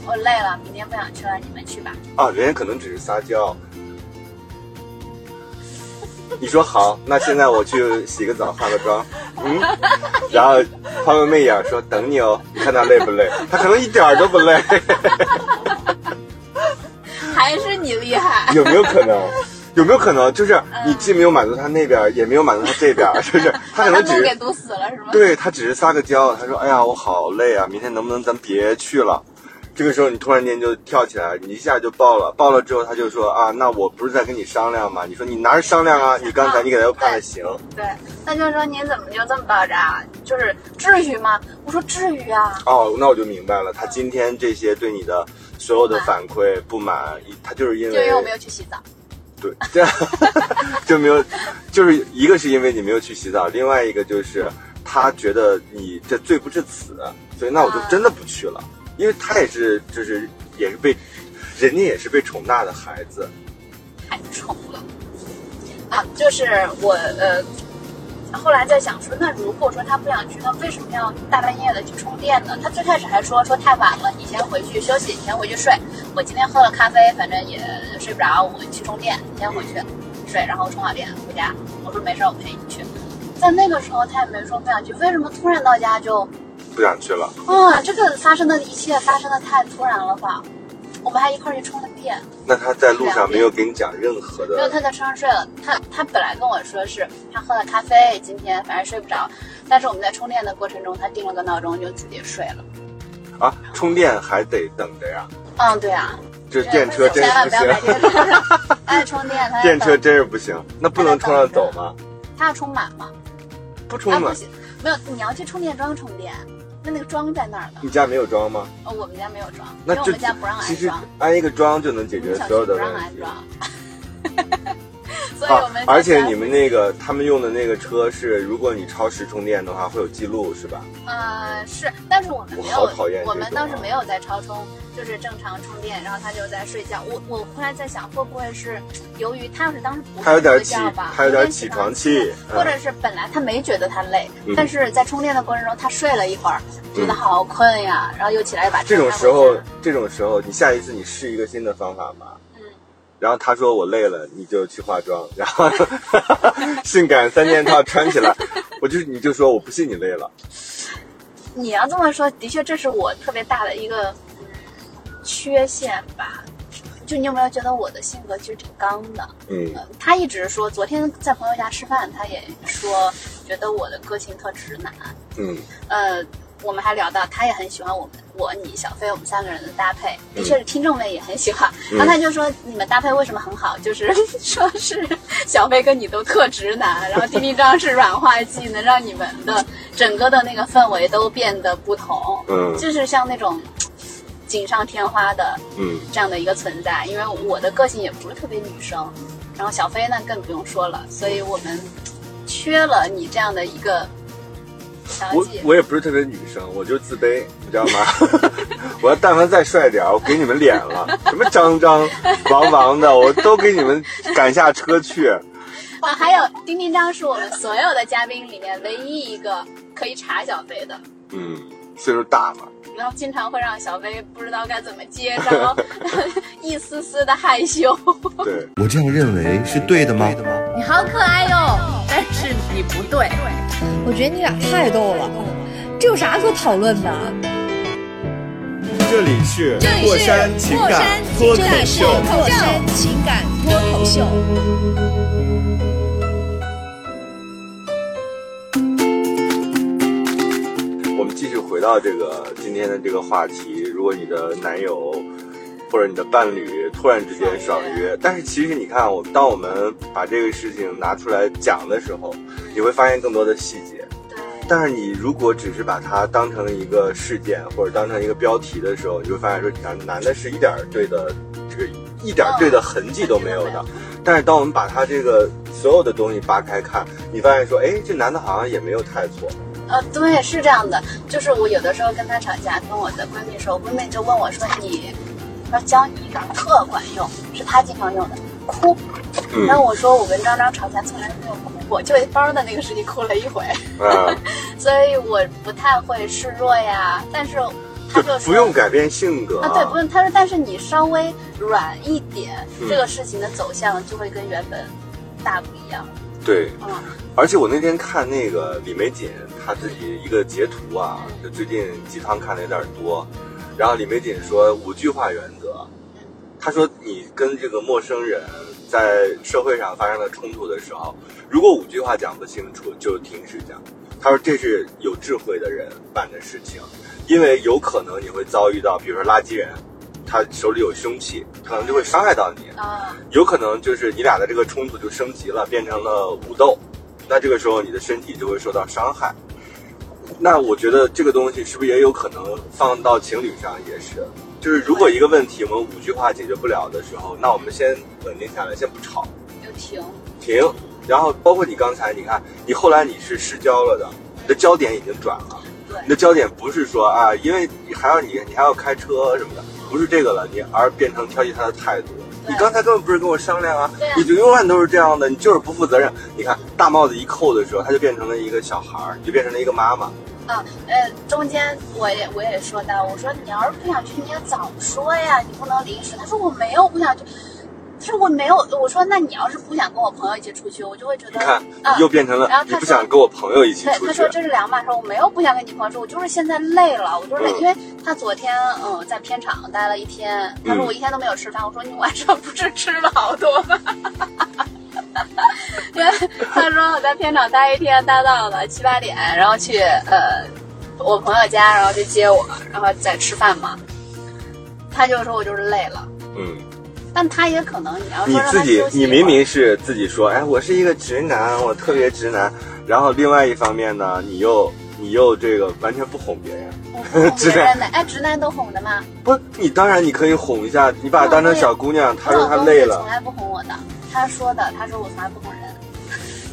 Speaker 4: 我累了，明天不想去了，你们去吧。
Speaker 3: 啊，人家可能只是撒娇。 你说好，那现在我去洗个澡，化个妆，嗯，然后抛个媚眼说等你哦，你看他累不累？他可能一点儿都不累，
Speaker 4: 还是你厉害，
Speaker 3: 有没有可能？有没有可能就是你既没有满足他那边儿，也没有满足他这边儿， 就是他可
Speaker 4: 把
Speaker 3: 能只
Speaker 4: 路给
Speaker 3: 是
Speaker 4: 堵死了是吗？
Speaker 3: 对他只是撒个娇，他说哎呀我好累啊，明天能不能咱别去了？这个时候你突然间就跳起来，你一下就爆了，爆了之后他就说啊，那我不是在跟你商量吗？你说你哪儿商量啊？你刚才你给他又判了刑，
Speaker 4: 对，他就说你怎么就这么爆炸？就是至于吗？我说至于啊。
Speaker 3: 哦，那我就明白了，他今天这些对你的所有的反馈不满，他就是因
Speaker 4: 就因
Speaker 3: 为
Speaker 4: 为我没有去洗澡，
Speaker 3: 对，这样 就没有，就是一个是因为你没有去洗澡，另外一个就是他觉得你这罪不至此，所以那我就真的不去了，因为他也是就是也是被人家也是被宠大的孩子，
Speaker 4: 太丑了啊！就是我呃，后来在想说，那如果说他不想去，那为什么要大半夜的去充电呢？他最开始还说说太晚了，你先回去休息，你先回去睡。我今天喝了咖啡，反正也睡不着，我去充电，你先回去睡，然后充好电回家。我说没事，我陪你去。在那个时候，他也没说不想去，为什么突然到家就
Speaker 3: 不想去了，
Speaker 4: 啊？这个发生的一切发生的太突然了吧？我们还一块儿去充了电。
Speaker 3: 那他在路上没有给你讲任何
Speaker 4: 因为
Speaker 3: 的，
Speaker 4: 他在车上睡了，他他本来跟我说是他喝了咖啡，今天反正睡不着，但是我们在充电的过程中，他定了个闹钟就直接睡了。
Speaker 3: 啊，充电还得等着呀，
Speaker 4: 嗯，对啊，
Speaker 3: 这电车真
Speaker 4: 千
Speaker 3: 是
Speaker 4: 万
Speaker 3: 不
Speaker 4: 哎不要买
Speaker 3: 行，
Speaker 4: 电 车，爱充电，他
Speaker 3: 电车真是不行，那不能车上走吗？
Speaker 4: 他要充满吗？
Speaker 3: 不
Speaker 4: 啊
Speaker 3: 充吗
Speaker 4: 不？行，没有，你要去充电桩充电，那那个桩在那儿呢
Speaker 3: 你。家没有装吗？
Speaker 4: 哦，我们家没有桩，因
Speaker 3: 嗯那
Speaker 4: 为我
Speaker 3: 就
Speaker 4: 们家不让安
Speaker 3: 其实
Speaker 4: 装，
Speaker 3: 安一个装就能解
Speaker 4: 我
Speaker 3: 决
Speaker 4: 们小
Speaker 3: 所有
Speaker 4: 区不
Speaker 3: 的
Speaker 4: 让
Speaker 3: 问
Speaker 4: 安
Speaker 3: 题。
Speaker 4: 装。 所以我
Speaker 3: 啊
Speaker 4: 们，
Speaker 3: 而且
Speaker 4: 家
Speaker 3: 你们那个他们用的那个车是，如果你超时充电的话，会有记录是吧？
Speaker 4: 呃，是，但是我们没有，
Speaker 3: 我好讨厌
Speaker 4: 我
Speaker 3: 这
Speaker 4: 们
Speaker 3: 种
Speaker 4: 当时
Speaker 3: 啊
Speaker 4: 没有在超充，就是正常充电，然后他就在睡觉。我我后来在想，会不会是由于他要是当时不
Speaker 3: 他有点
Speaker 4: 睡
Speaker 3: 起
Speaker 4: 觉吧，
Speaker 3: 他有点
Speaker 4: 点
Speaker 3: 起
Speaker 4: 床
Speaker 3: 床气
Speaker 4: 或者是本来他没觉得他累，
Speaker 3: 嗯
Speaker 4: 但是在充电的过程中他睡了一会儿，觉得
Speaker 3: 嗯
Speaker 4: 好困呀，然后又起来又把车
Speaker 3: 这种
Speaker 4: 开回
Speaker 3: 时候
Speaker 4: 家了，
Speaker 3: 这种时候，你下一次你试一个新的方法吧。
Speaker 4: 嗯
Speaker 3: 然后他说我累了，你就去化妆，然后 性感三件套穿起来，我就你就说我不信你累了，
Speaker 4: 你要这么说，的确这是我特别大的一个嗯缺陷吧。就你有没有觉得我的性格其实挺刚的？
Speaker 3: 嗯，
Speaker 4: 呃他一直说，昨天在朋友家吃饭，他也说觉得我的个性特直男。
Speaker 3: 嗯，
Speaker 4: 呃，我们还聊到，他也很喜欢我们我你小飞我们三个人的搭配，的确是听众们也很喜欢。然后他就说你们搭配为什么很好？就是 说是小飞跟你都特直男，然后丁丁张是软化剂，能让你们的整个的那个氛围都变得不同。
Speaker 3: 嗯
Speaker 4: 就是像那种锦上添花的，
Speaker 3: 嗯，
Speaker 4: 这样的一个存在。因为我的个性也不是特别女生，然后小飞呢更不用说了，所以我们缺了你这样的一个调
Speaker 3: 我
Speaker 4: 剂。
Speaker 3: 我也不是特别女生，我就自卑，你知道吗？ 我要但凡再帅点儿，我给你们脸了，什么张张、王王的，我都给你们赶下车去。
Speaker 4: 啊，还有丁丁张是我们所有的嘉宾里面唯一一个可以查小飞的，
Speaker 3: 嗯，岁数大 嘛，
Speaker 4: 然后经常会让小飞不知道该怎么接，然后 一丝丝的害羞。
Speaker 3: 对，
Speaker 5: 我这样认为是对的吗？
Speaker 2: 你好可爱哟、 但是你不对，
Speaker 1: 我觉得你俩太逗了，
Speaker 8: 嗯
Speaker 1: 这有啥可讨论的？
Speaker 5: 这里是过山情感脱口秀。
Speaker 1: 过山情感脱口秀。
Speaker 3: 我们继续回到这个今天的这个话题。如果你的男友或者你的伴侣突然之间爽约，但是其实你看，我当我们把这个事情拿出来讲的时候，你会发现更多的细节。
Speaker 4: 对，
Speaker 3: 但是你如果只是把它当成一个事件或者当成一个标题的时候，你就会发现说男男的是一点儿对的这个一点儿对的痕迹都没有的。但是当我们把他这个所有的东西扒开看，你发现说，哎，这男的好像也没有太错。
Speaker 4: 呃，对，是这样的，就是我有的时候跟他吵架，跟我的闺蜜说，我闺蜜就问我说你，说教你一个特管用，是她经常用的，哭。
Speaker 3: 嗯
Speaker 4: 然后我说我跟张张吵架从来没有哭过，就为包的那个事情哭了一回，
Speaker 3: 啊，
Speaker 4: 所以我不太会示弱呀。但是
Speaker 3: 就
Speaker 4: 他就说
Speaker 3: 不用改变性格
Speaker 4: 啊，对，不用。他说但是你稍微软一点，
Speaker 3: 嗯
Speaker 4: 这个事情的走向就会跟原本大不一样。
Speaker 3: 对，
Speaker 4: 嗯，
Speaker 3: 而且我那天看那个李玫瑾她自己一个截图啊，就最近鸡汤看的有点多，然后李玫瑾说五句话原则，她说你跟这个陌生人在社会上发生了冲突的时候，如果五句话讲不清楚，就停止讲。她说这是有智慧的人办的事情，因为有可能你会遭遇到，比如说垃圾人，他手里有凶器，可能就会伤害到你。
Speaker 4: 啊，
Speaker 3: 有可能就是你俩的这个冲突就升级了，变成了武斗，那这个时候你的身体就会受到伤害。那我觉得这个东西是不是也有可能放到情侣上也是？就是如果一个问题我们五句话解决不了的时候，那我们先稳定下来，先不吵，
Speaker 4: 就停。
Speaker 3: 停。然后包括你刚才，你看你后来你是失焦了的，你的焦点已经转了，
Speaker 4: 对
Speaker 3: 你的焦点不是说啊，因为你还要你你还要开车什么的，不是这个了，你而变成挑剔他的态度。
Speaker 4: 对
Speaker 3: 你刚才根本不是跟我商量啊，
Speaker 4: 对啊
Speaker 3: 你就永远都是这样的，你就是不负责任。你看大帽子一扣的时候，他就变成了一个小孩儿，你就变成了一个妈妈。
Speaker 4: 啊，呃，中间我也我也说到，我说你要是不想去，你要早说呀，你不能临时。他说我没有不想去，他说我没有。我说那你要是不想跟我朋友一起出去，我就会觉
Speaker 3: 你
Speaker 4: 得
Speaker 3: 看，
Speaker 4: 啊，
Speaker 3: 又变成了
Speaker 4: 然后他
Speaker 3: 你不
Speaker 4: 说
Speaker 3: 想跟我朋友一起
Speaker 4: 对，
Speaker 3: 出
Speaker 4: 他
Speaker 3: 去
Speaker 4: 说。这是两码事，我没有不想跟你朋友说，我就是现在累了，我就是累，
Speaker 3: 嗯
Speaker 4: 因为他昨天嗯、呃在片场待了一天，他说
Speaker 3: 嗯
Speaker 4: 我一天都没有吃饭，我说你晚上不是吃了好多吗？ 因为他说我在片场待一天，待到了七八点，然后去呃我朋友家，然后去接我，然后再吃饭嘛。他就说我就是累了，
Speaker 3: 嗯，
Speaker 4: 但他也可能你要说
Speaker 3: 你
Speaker 4: 让他
Speaker 3: 自己
Speaker 4: 休，息一
Speaker 3: 你
Speaker 4: 会儿
Speaker 3: 明明是自己说，哎，我是一个直男，我特别直男。然后另外一方面呢，你又你又这个完全不哄别人，
Speaker 4: 我 不哄
Speaker 3: 直
Speaker 4: 别
Speaker 3: 男
Speaker 4: 人的，哎，直男都哄的吗？
Speaker 3: 不是你当然你可以哄一下，你把她当成小姑娘，她说
Speaker 4: 老
Speaker 3: 她
Speaker 4: 公
Speaker 3: 累
Speaker 4: 是从
Speaker 3: 了，
Speaker 4: 来不哄我的，他说的，他说我从来不哄人。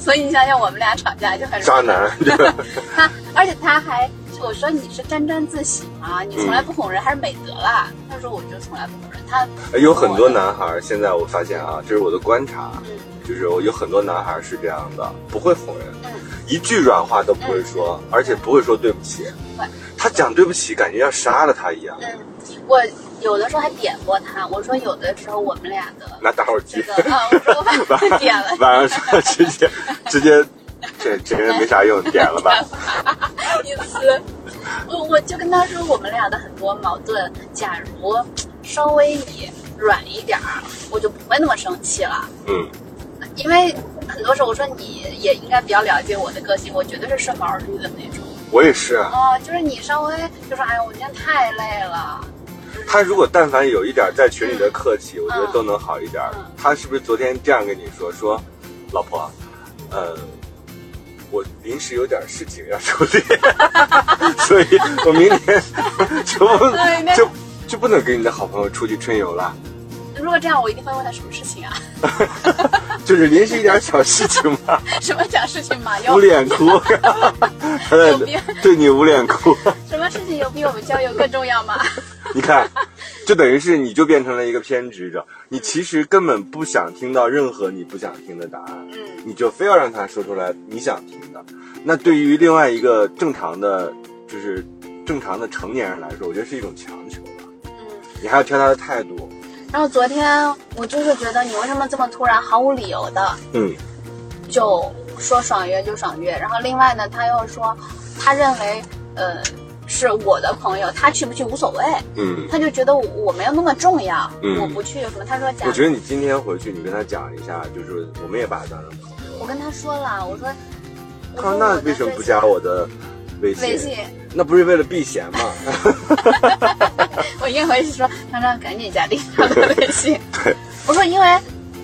Speaker 4: 所以你想想，我们俩吵架就很
Speaker 3: 渣男，对吧？
Speaker 4: 他，而且他还我说你是沾沾自喜吗？你从来
Speaker 3: 嗯
Speaker 4: 不哄人还是美德啦？他说我就从来不哄人，他
Speaker 3: 有很多男孩儿，现在我发现啊，这是我的观察，
Speaker 4: 嗯
Speaker 3: 就是我有很多男孩儿是这样的，不会哄人，
Speaker 4: 嗯
Speaker 3: 一句软话都不会说，而且不会说对不起
Speaker 4: 对。
Speaker 3: 他讲对不起，感觉要杀了他一 样，
Speaker 4: 嗯，我有的时候还点过他，我说有的时候我们俩的
Speaker 3: 拿打火机
Speaker 4: 这个啊，我说 我把 点了，
Speaker 3: 晚上说直接直接，这这个人没啥用，点了 吧。
Speaker 4: 意思。我我就跟他说，我们俩的很多矛盾，假如稍微你软一点儿，我就不会那么生气了。
Speaker 3: 嗯，
Speaker 4: 因为很多时候我说你也应该比较了解我的个性，我绝对是顺毛驴的那种。
Speaker 3: 我也是啊。
Speaker 4: 哦，就是你稍微就说，哎呀，我今天太累了。
Speaker 3: 他如果但凡有一点在群里的客气，我觉得
Speaker 4: 嗯
Speaker 3: 都能好一点儿
Speaker 4: 嗯。
Speaker 3: 他是不是昨天这样跟你说？说，老婆，呃，我临时有点事情要 处理， 所以我明天就不就就不能跟你的好朋友出去春游了，
Speaker 4: 如果这样，我一定会问他什么事情啊？
Speaker 3: 就是临时一点小事情嘛，
Speaker 4: 什么小事情嘛？ 有
Speaker 3: 捂脸哭，他在
Speaker 4: 有病
Speaker 3: 对你捂脸哭。
Speaker 4: 什么事情有比我们交友更重要吗？
Speaker 3: 你看，就等于是你就变成了一个偏执者，你其实根本不想听到任何你不想听的答案，
Speaker 4: 嗯
Speaker 3: 你就非要让他说出来你想听的。那对于另外一个正常的就是正常的成年人来说，我觉得是一种强求吧。
Speaker 4: 嗯。
Speaker 3: 你还要挑他的态度，
Speaker 4: 然后昨天我就是觉得你为什么这么突然，毫无理由的
Speaker 3: 嗯，
Speaker 4: 就说爽约就爽约，然后另外呢，他又说他认为呃是我的朋友，他去不去无所谓，
Speaker 3: 嗯。
Speaker 4: 他就觉得我我没有那么重要，
Speaker 3: 嗯
Speaker 4: 我不去有什么。他说假
Speaker 3: 我觉得你今天回去，你跟他讲一下，就是我们也把他当成朋友。
Speaker 4: 我跟他说了，我说
Speaker 3: 他
Speaker 4: 我说
Speaker 3: 说那
Speaker 4: 我的
Speaker 3: 为什么
Speaker 4: 微
Speaker 3: 不
Speaker 4: 信
Speaker 3: 加我的微
Speaker 4: 微信？
Speaker 3: 那不是为了避嫌吗？
Speaker 4: 我一回去说，张张赶紧加丽娜的微 信。我说因为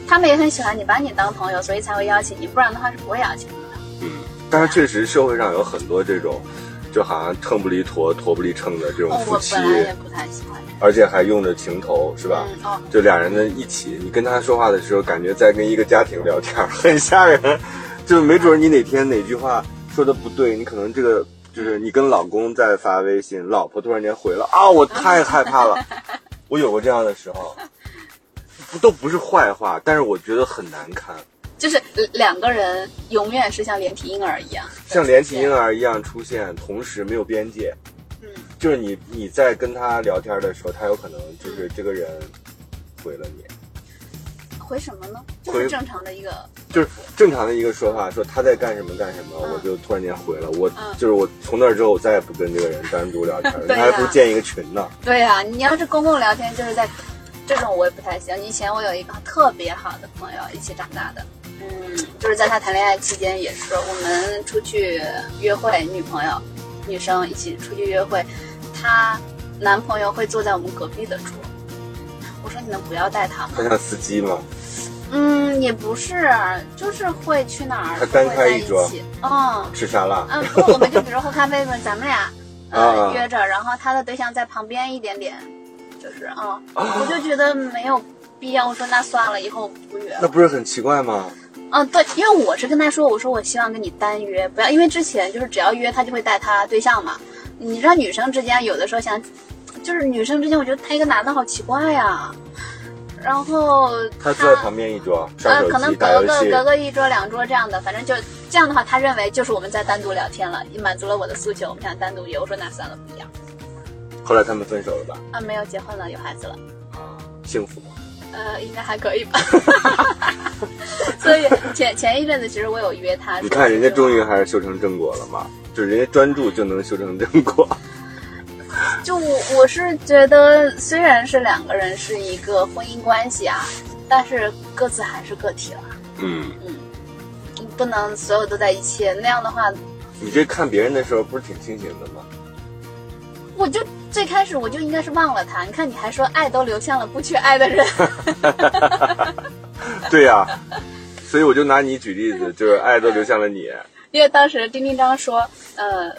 Speaker 4: 他们也很喜欢你，把你当朋友，所以才会邀请你，不然的话是不会邀请你的。
Speaker 3: 嗯，但是确实社会上有很多这种，就好像秤不离砣，砣不离秤的这种
Speaker 4: 哦，
Speaker 3: 夫
Speaker 4: 我
Speaker 3: 妻，
Speaker 4: 本来也不太喜欢。
Speaker 3: 而且还用着情头，是吧？
Speaker 4: 嗯哦，
Speaker 3: 就俩人在一起，你跟他说话的时候，感觉在跟一个家庭聊天，很吓人。就没准你哪天哪句话说的不对，你可能这个就是你跟老公在发微信，老婆突然间回了啊，我太害怕 了。我有过这样的时候，不都不是坏话，但是我觉得很难堪，
Speaker 4: 就是两个人永远是像连体婴儿一样，
Speaker 3: 像连体婴儿一样出现，同时没有边界。
Speaker 4: 嗯，
Speaker 3: 就是你你在跟他聊天的时候，他有可能就是这个人回了你。
Speaker 4: 回什么呢？就
Speaker 3: 回
Speaker 4: 是正常的一个，
Speaker 3: 就是正常的一个说法，说他在干什么干什么，
Speaker 4: 嗯
Speaker 3: 我就突然间回了，我
Speaker 4: 嗯
Speaker 3: 就是我从那之后我再也不跟这个人单独聊天了，
Speaker 4: 对
Speaker 3: 他
Speaker 4: 呀
Speaker 3: 还不如建一个群呢。
Speaker 4: 对啊，你要是公共聊天，就是在这种我也不太行。以前我有一个特别好的朋友，一起长大的，嗯，就是在他谈恋爱期间，也是我们出去约会，女朋友、女生一起出去约会，她男朋友会坐在我们隔壁的桌。我说你能不要带他 吗？
Speaker 3: 他像司机嘛，
Speaker 4: 嗯，也不是，就是会去哪儿
Speaker 3: 他
Speaker 4: 都
Speaker 3: 单
Speaker 4: 会
Speaker 3: 开
Speaker 4: 在
Speaker 3: 一
Speaker 4: 一
Speaker 3: 桌
Speaker 4: 起。嗯，
Speaker 3: 吃沙拉，
Speaker 4: 嗯，不，我们就比如喝咖啡，不是咱们俩呃、
Speaker 3: 啊
Speaker 4: 约着，然后他的对象在旁边一点点，就是
Speaker 3: 啊
Speaker 4: 嗯，我就觉得没有必要。我说那算了，以后不约
Speaker 3: 那
Speaker 4: 了。
Speaker 3: 不是很奇怪吗？
Speaker 4: 嗯，对，因为我是跟他说，我说我希望跟你单约，不要因为之前就是只要约他就会带他对象嘛。你知道女生之间有的时候想，就是女生之间，我觉得他一个男的好奇怪呀、然后
Speaker 3: 他坐在旁边一桌刷
Speaker 4: 呃，
Speaker 3: 手
Speaker 4: 可能
Speaker 3: 机打游
Speaker 4: 隔个
Speaker 3: 戏，
Speaker 4: 隔个一桌两桌这样的，反正就这样的话，他认为就是我们在单独聊天了，满足了我的诉求，我们想单独约。我说那算了，不一样
Speaker 3: 后来他们分手了吧？
Speaker 4: 啊，没有结婚了，有孩子了，
Speaker 3: 幸福吗？
Speaker 4: 呃，应该还可以 吧。所以前前一阵子其实我有约他，
Speaker 3: 你看人家终
Speaker 4: 于
Speaker 3: 于还是修成正果了嘛，就人家专注就能修成正果。
Speaker 4: 就我我是觉得，虽然是两个人是一个婚姻关系啊，但是各自还是个体了，
Speaker 3: 嗯，
Speaker 4: 你不能所有都在一起，那样的话
Speaker 3: 你这看别人的时候不是挺清醒的吗？
Speaker 4: 我就最开始我就应该是忘了他。你看，你还说爱都流向了不去爱的人，
Speaker 3: 对呀、所以我就拿你举例子，就是爱都流向了你。
Speaker 4: 因为当时丁丁张说，呃，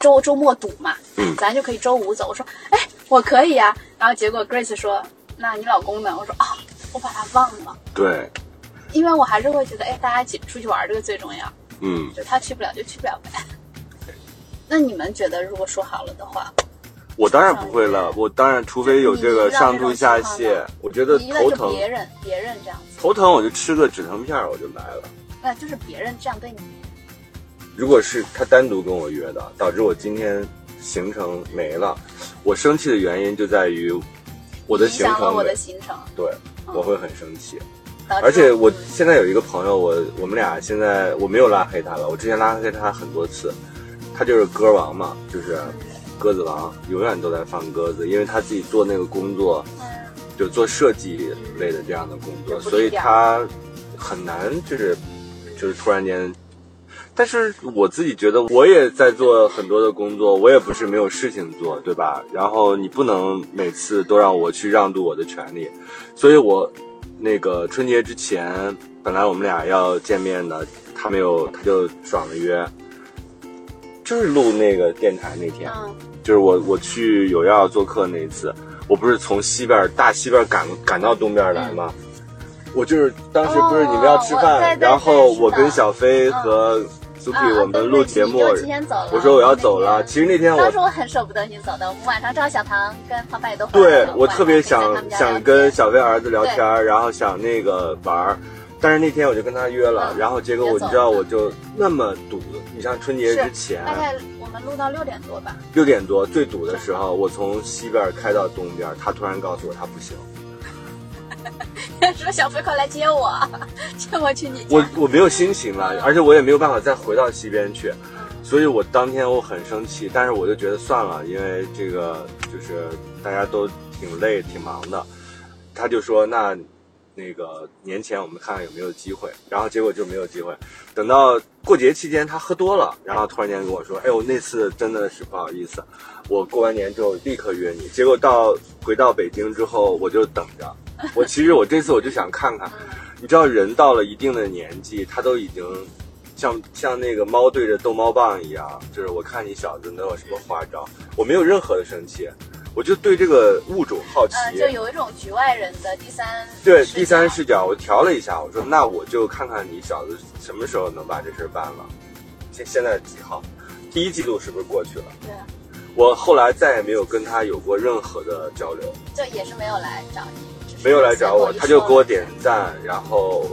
Speaker 4: 周周末堵嘛，
Speaker 3: 嗯
Speaker 4: 咱就可以周五走。我说，哎，我可以啊。然后结果 Grace 说，那你老公呢？我说啊、我把他忘了，
Speaker 3: 对，
Speaker 4: 因为我还是会觉得，哎，大家一起出去玩儿这个最重要，
Speaker 3: 嗯。
Speaker 4: 就他去不了就去不了呗。那你们觉得，如果说好了的话，
Speaker 3: 我当然不会了，我当然除非有这个上吐下
Speaker 4: 你遇到这种情
Speaker 3: 泻
Speaker 4: 况吗，
Speaker 3: 我觉得
Speaker 4: 你遇到
Speaker 3: 头
Speaker 4: 就
Speaker 3: 疼，
Speaker 4: 别人别人这样子，
Speaker 3: 头疼我就吃个止疼片儿我就来了。
Speaker 4: 那就是别人这样对你，
Speaker 3: 如果是他单独跟我约的，导致我今天行程没了，我生气的原因就在于我的
Speaker 4: 影
Speaker 3: 行
Speaker 4: 响了
Speaker 3: 程
Speaker 4: 我
Speaker 3: 没
Speaker 4: 的行程，
Speaker 3: 对，
Speaker 4: 嗯
Speaker 3: 我会很生气。
Speaker 4: 导致
Speaker 3: 而且我现在有一个朋友，我我们俩现在我没有拉黑他了，我之前拉黑他很多次，他就是歌王嘛，就是鸽子王，永远都在放鸽子，因为他自己做那个工作，就做设计类的这样的工作，
Speaker 4: 嗯就不
Speaker 3: 所以
Speaker 4: 低调
Speaker 3: 他很难就是就是突然间。但是我自己觉得，我也在做很多的工作，我也不是没有事情做，对吧？然后你不能每次都让我去让渡我的权利，所以我那个春节之前，本来我们俩要见面的，他没有，他就爽了约，就是录那个电台那天，
Speaker 4: 嗯。
Speaker 3: 就是我我去有药做客那一次，我不是从西边大西边赶赶到东边来吗？我就是当时不是
Speaker 4: 嗯哦
Speaker 3: 你们要吃
Speaker 4: 我对
Speaker 3: 饭，
Speaker 4: 对
Speaker 3: 然后
Speaker 4: 对是的
Speaker 3: 我跟小飞和苏 k
Speaker 4: 啊
Speaker 3: 我们录节目
Speaker 4: 对，对你就提前走了
Speaker 3: 我说我要走了。
Speaker 4: 那天
Speaker 3: 其实那天我
Speaker 4: 当时我很舍不得你走的，我们晚上正好小唐跟胖爸也都回来
Speaker 3: 对
Speaker 4: 了
Speaker 3: 我特别想
Speaker 4: 晚上可以在他
Speaker 3: 想
Speaker 4: 们家聊
Speaker 3: 跟
Speaker 4: 天
Speaker 3: 小飞儿子聊天儿，然后想那个玩儿，但是那天我就跟他约了，
Speaker 4: 嗯
Speaker 3: 然后结果
Speaker 4: 别
Speaker 3: 我
Speaker 4: 走
Speaker 3: 你知道
Speaker 4: 了
Speaker 3: 我就那么堵，你像春节之前
Speaker 4: 大概我们们录到六点多吧。
Speaker 3: 六点多最堵的时候，我从西边开到东边，他突然告诉我他不行。
Speaker 4: 说小飞快来接我，接我去你家。
Speaker 3: 我我没有心情了，而且我也没有办法再回到西边去，所以我当天我很生气，但是我就觉得算了，因为这个就是大家都挺累挺忙的，他就说那那个年前我们看看有没有机会，然后结果就没有机会，等到过节期间他喝多了，然后突然间跟我说，哎我那次真的是不好意思，我过完年之后立刻约你，结果到回到北京之后我就等着。我其实我这次我就想看看，
Speaker 4: 嗯
Speaker 3: 你知道人到了一定的年纪，他都已经像像那个猫对着逗猫棒一样，就是我看你小子能有什么花招。我没有任何的生气，我就对这个物种好奇。
Speaker 4: 呃，就有一种局外人的第三
Speaker 3: 对第三视角，我调了一下，我说那我就看看你小子什么时候能把这事办了。现现在几号？第一季度是不是过去了？
Speaker 4: 对，
Speaker 3: 我后来再也没有跟他有过任何的交流，
Speaker 4: 就也是没有来找你。
Speaker 3: 没有来找我，他就给我点赞，然后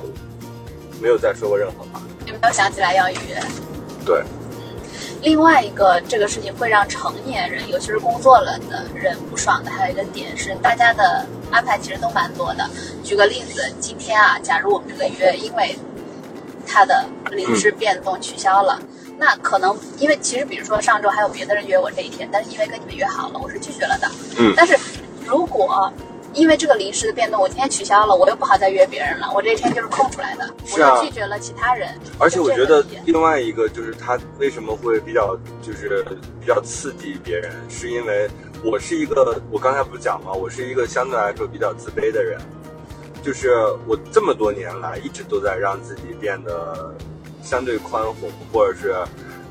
Speaker 3: 没有再说过任何话。
Speaker 4: 有没有想起来要约？
Speaker 3: 对。
Speaker 4: 另外一个这个事情会让成年人，尤其是工作了的人不爽的，还有一个点是，大家的安排其实都蛮多的。举个例子，今天啊，假如我们这个约因为他的临时变动取消了，嗯、那可能因为其实比如说上周还有别的人约我这一天，但是因为跟你们约好了，我是拒绝了的。
Speaker 3: 嗯。
Speaker 4: 但是如果因为这个临时的变动，我今天取消了，我又不好再约别人了。我这一天就是空出来的，
Speaker 3: 是啊、
Speaker 4: 我拒绝了其他人。
Speaker 3: 而且我觉得另外一个就是他为什么会比较就是比较刺激别人，是因为我是一个我刚才不讲吗？我是一个相对来说比较自卑的人，就是我这么多年来一直都在让自己变得相对宽宏，或者是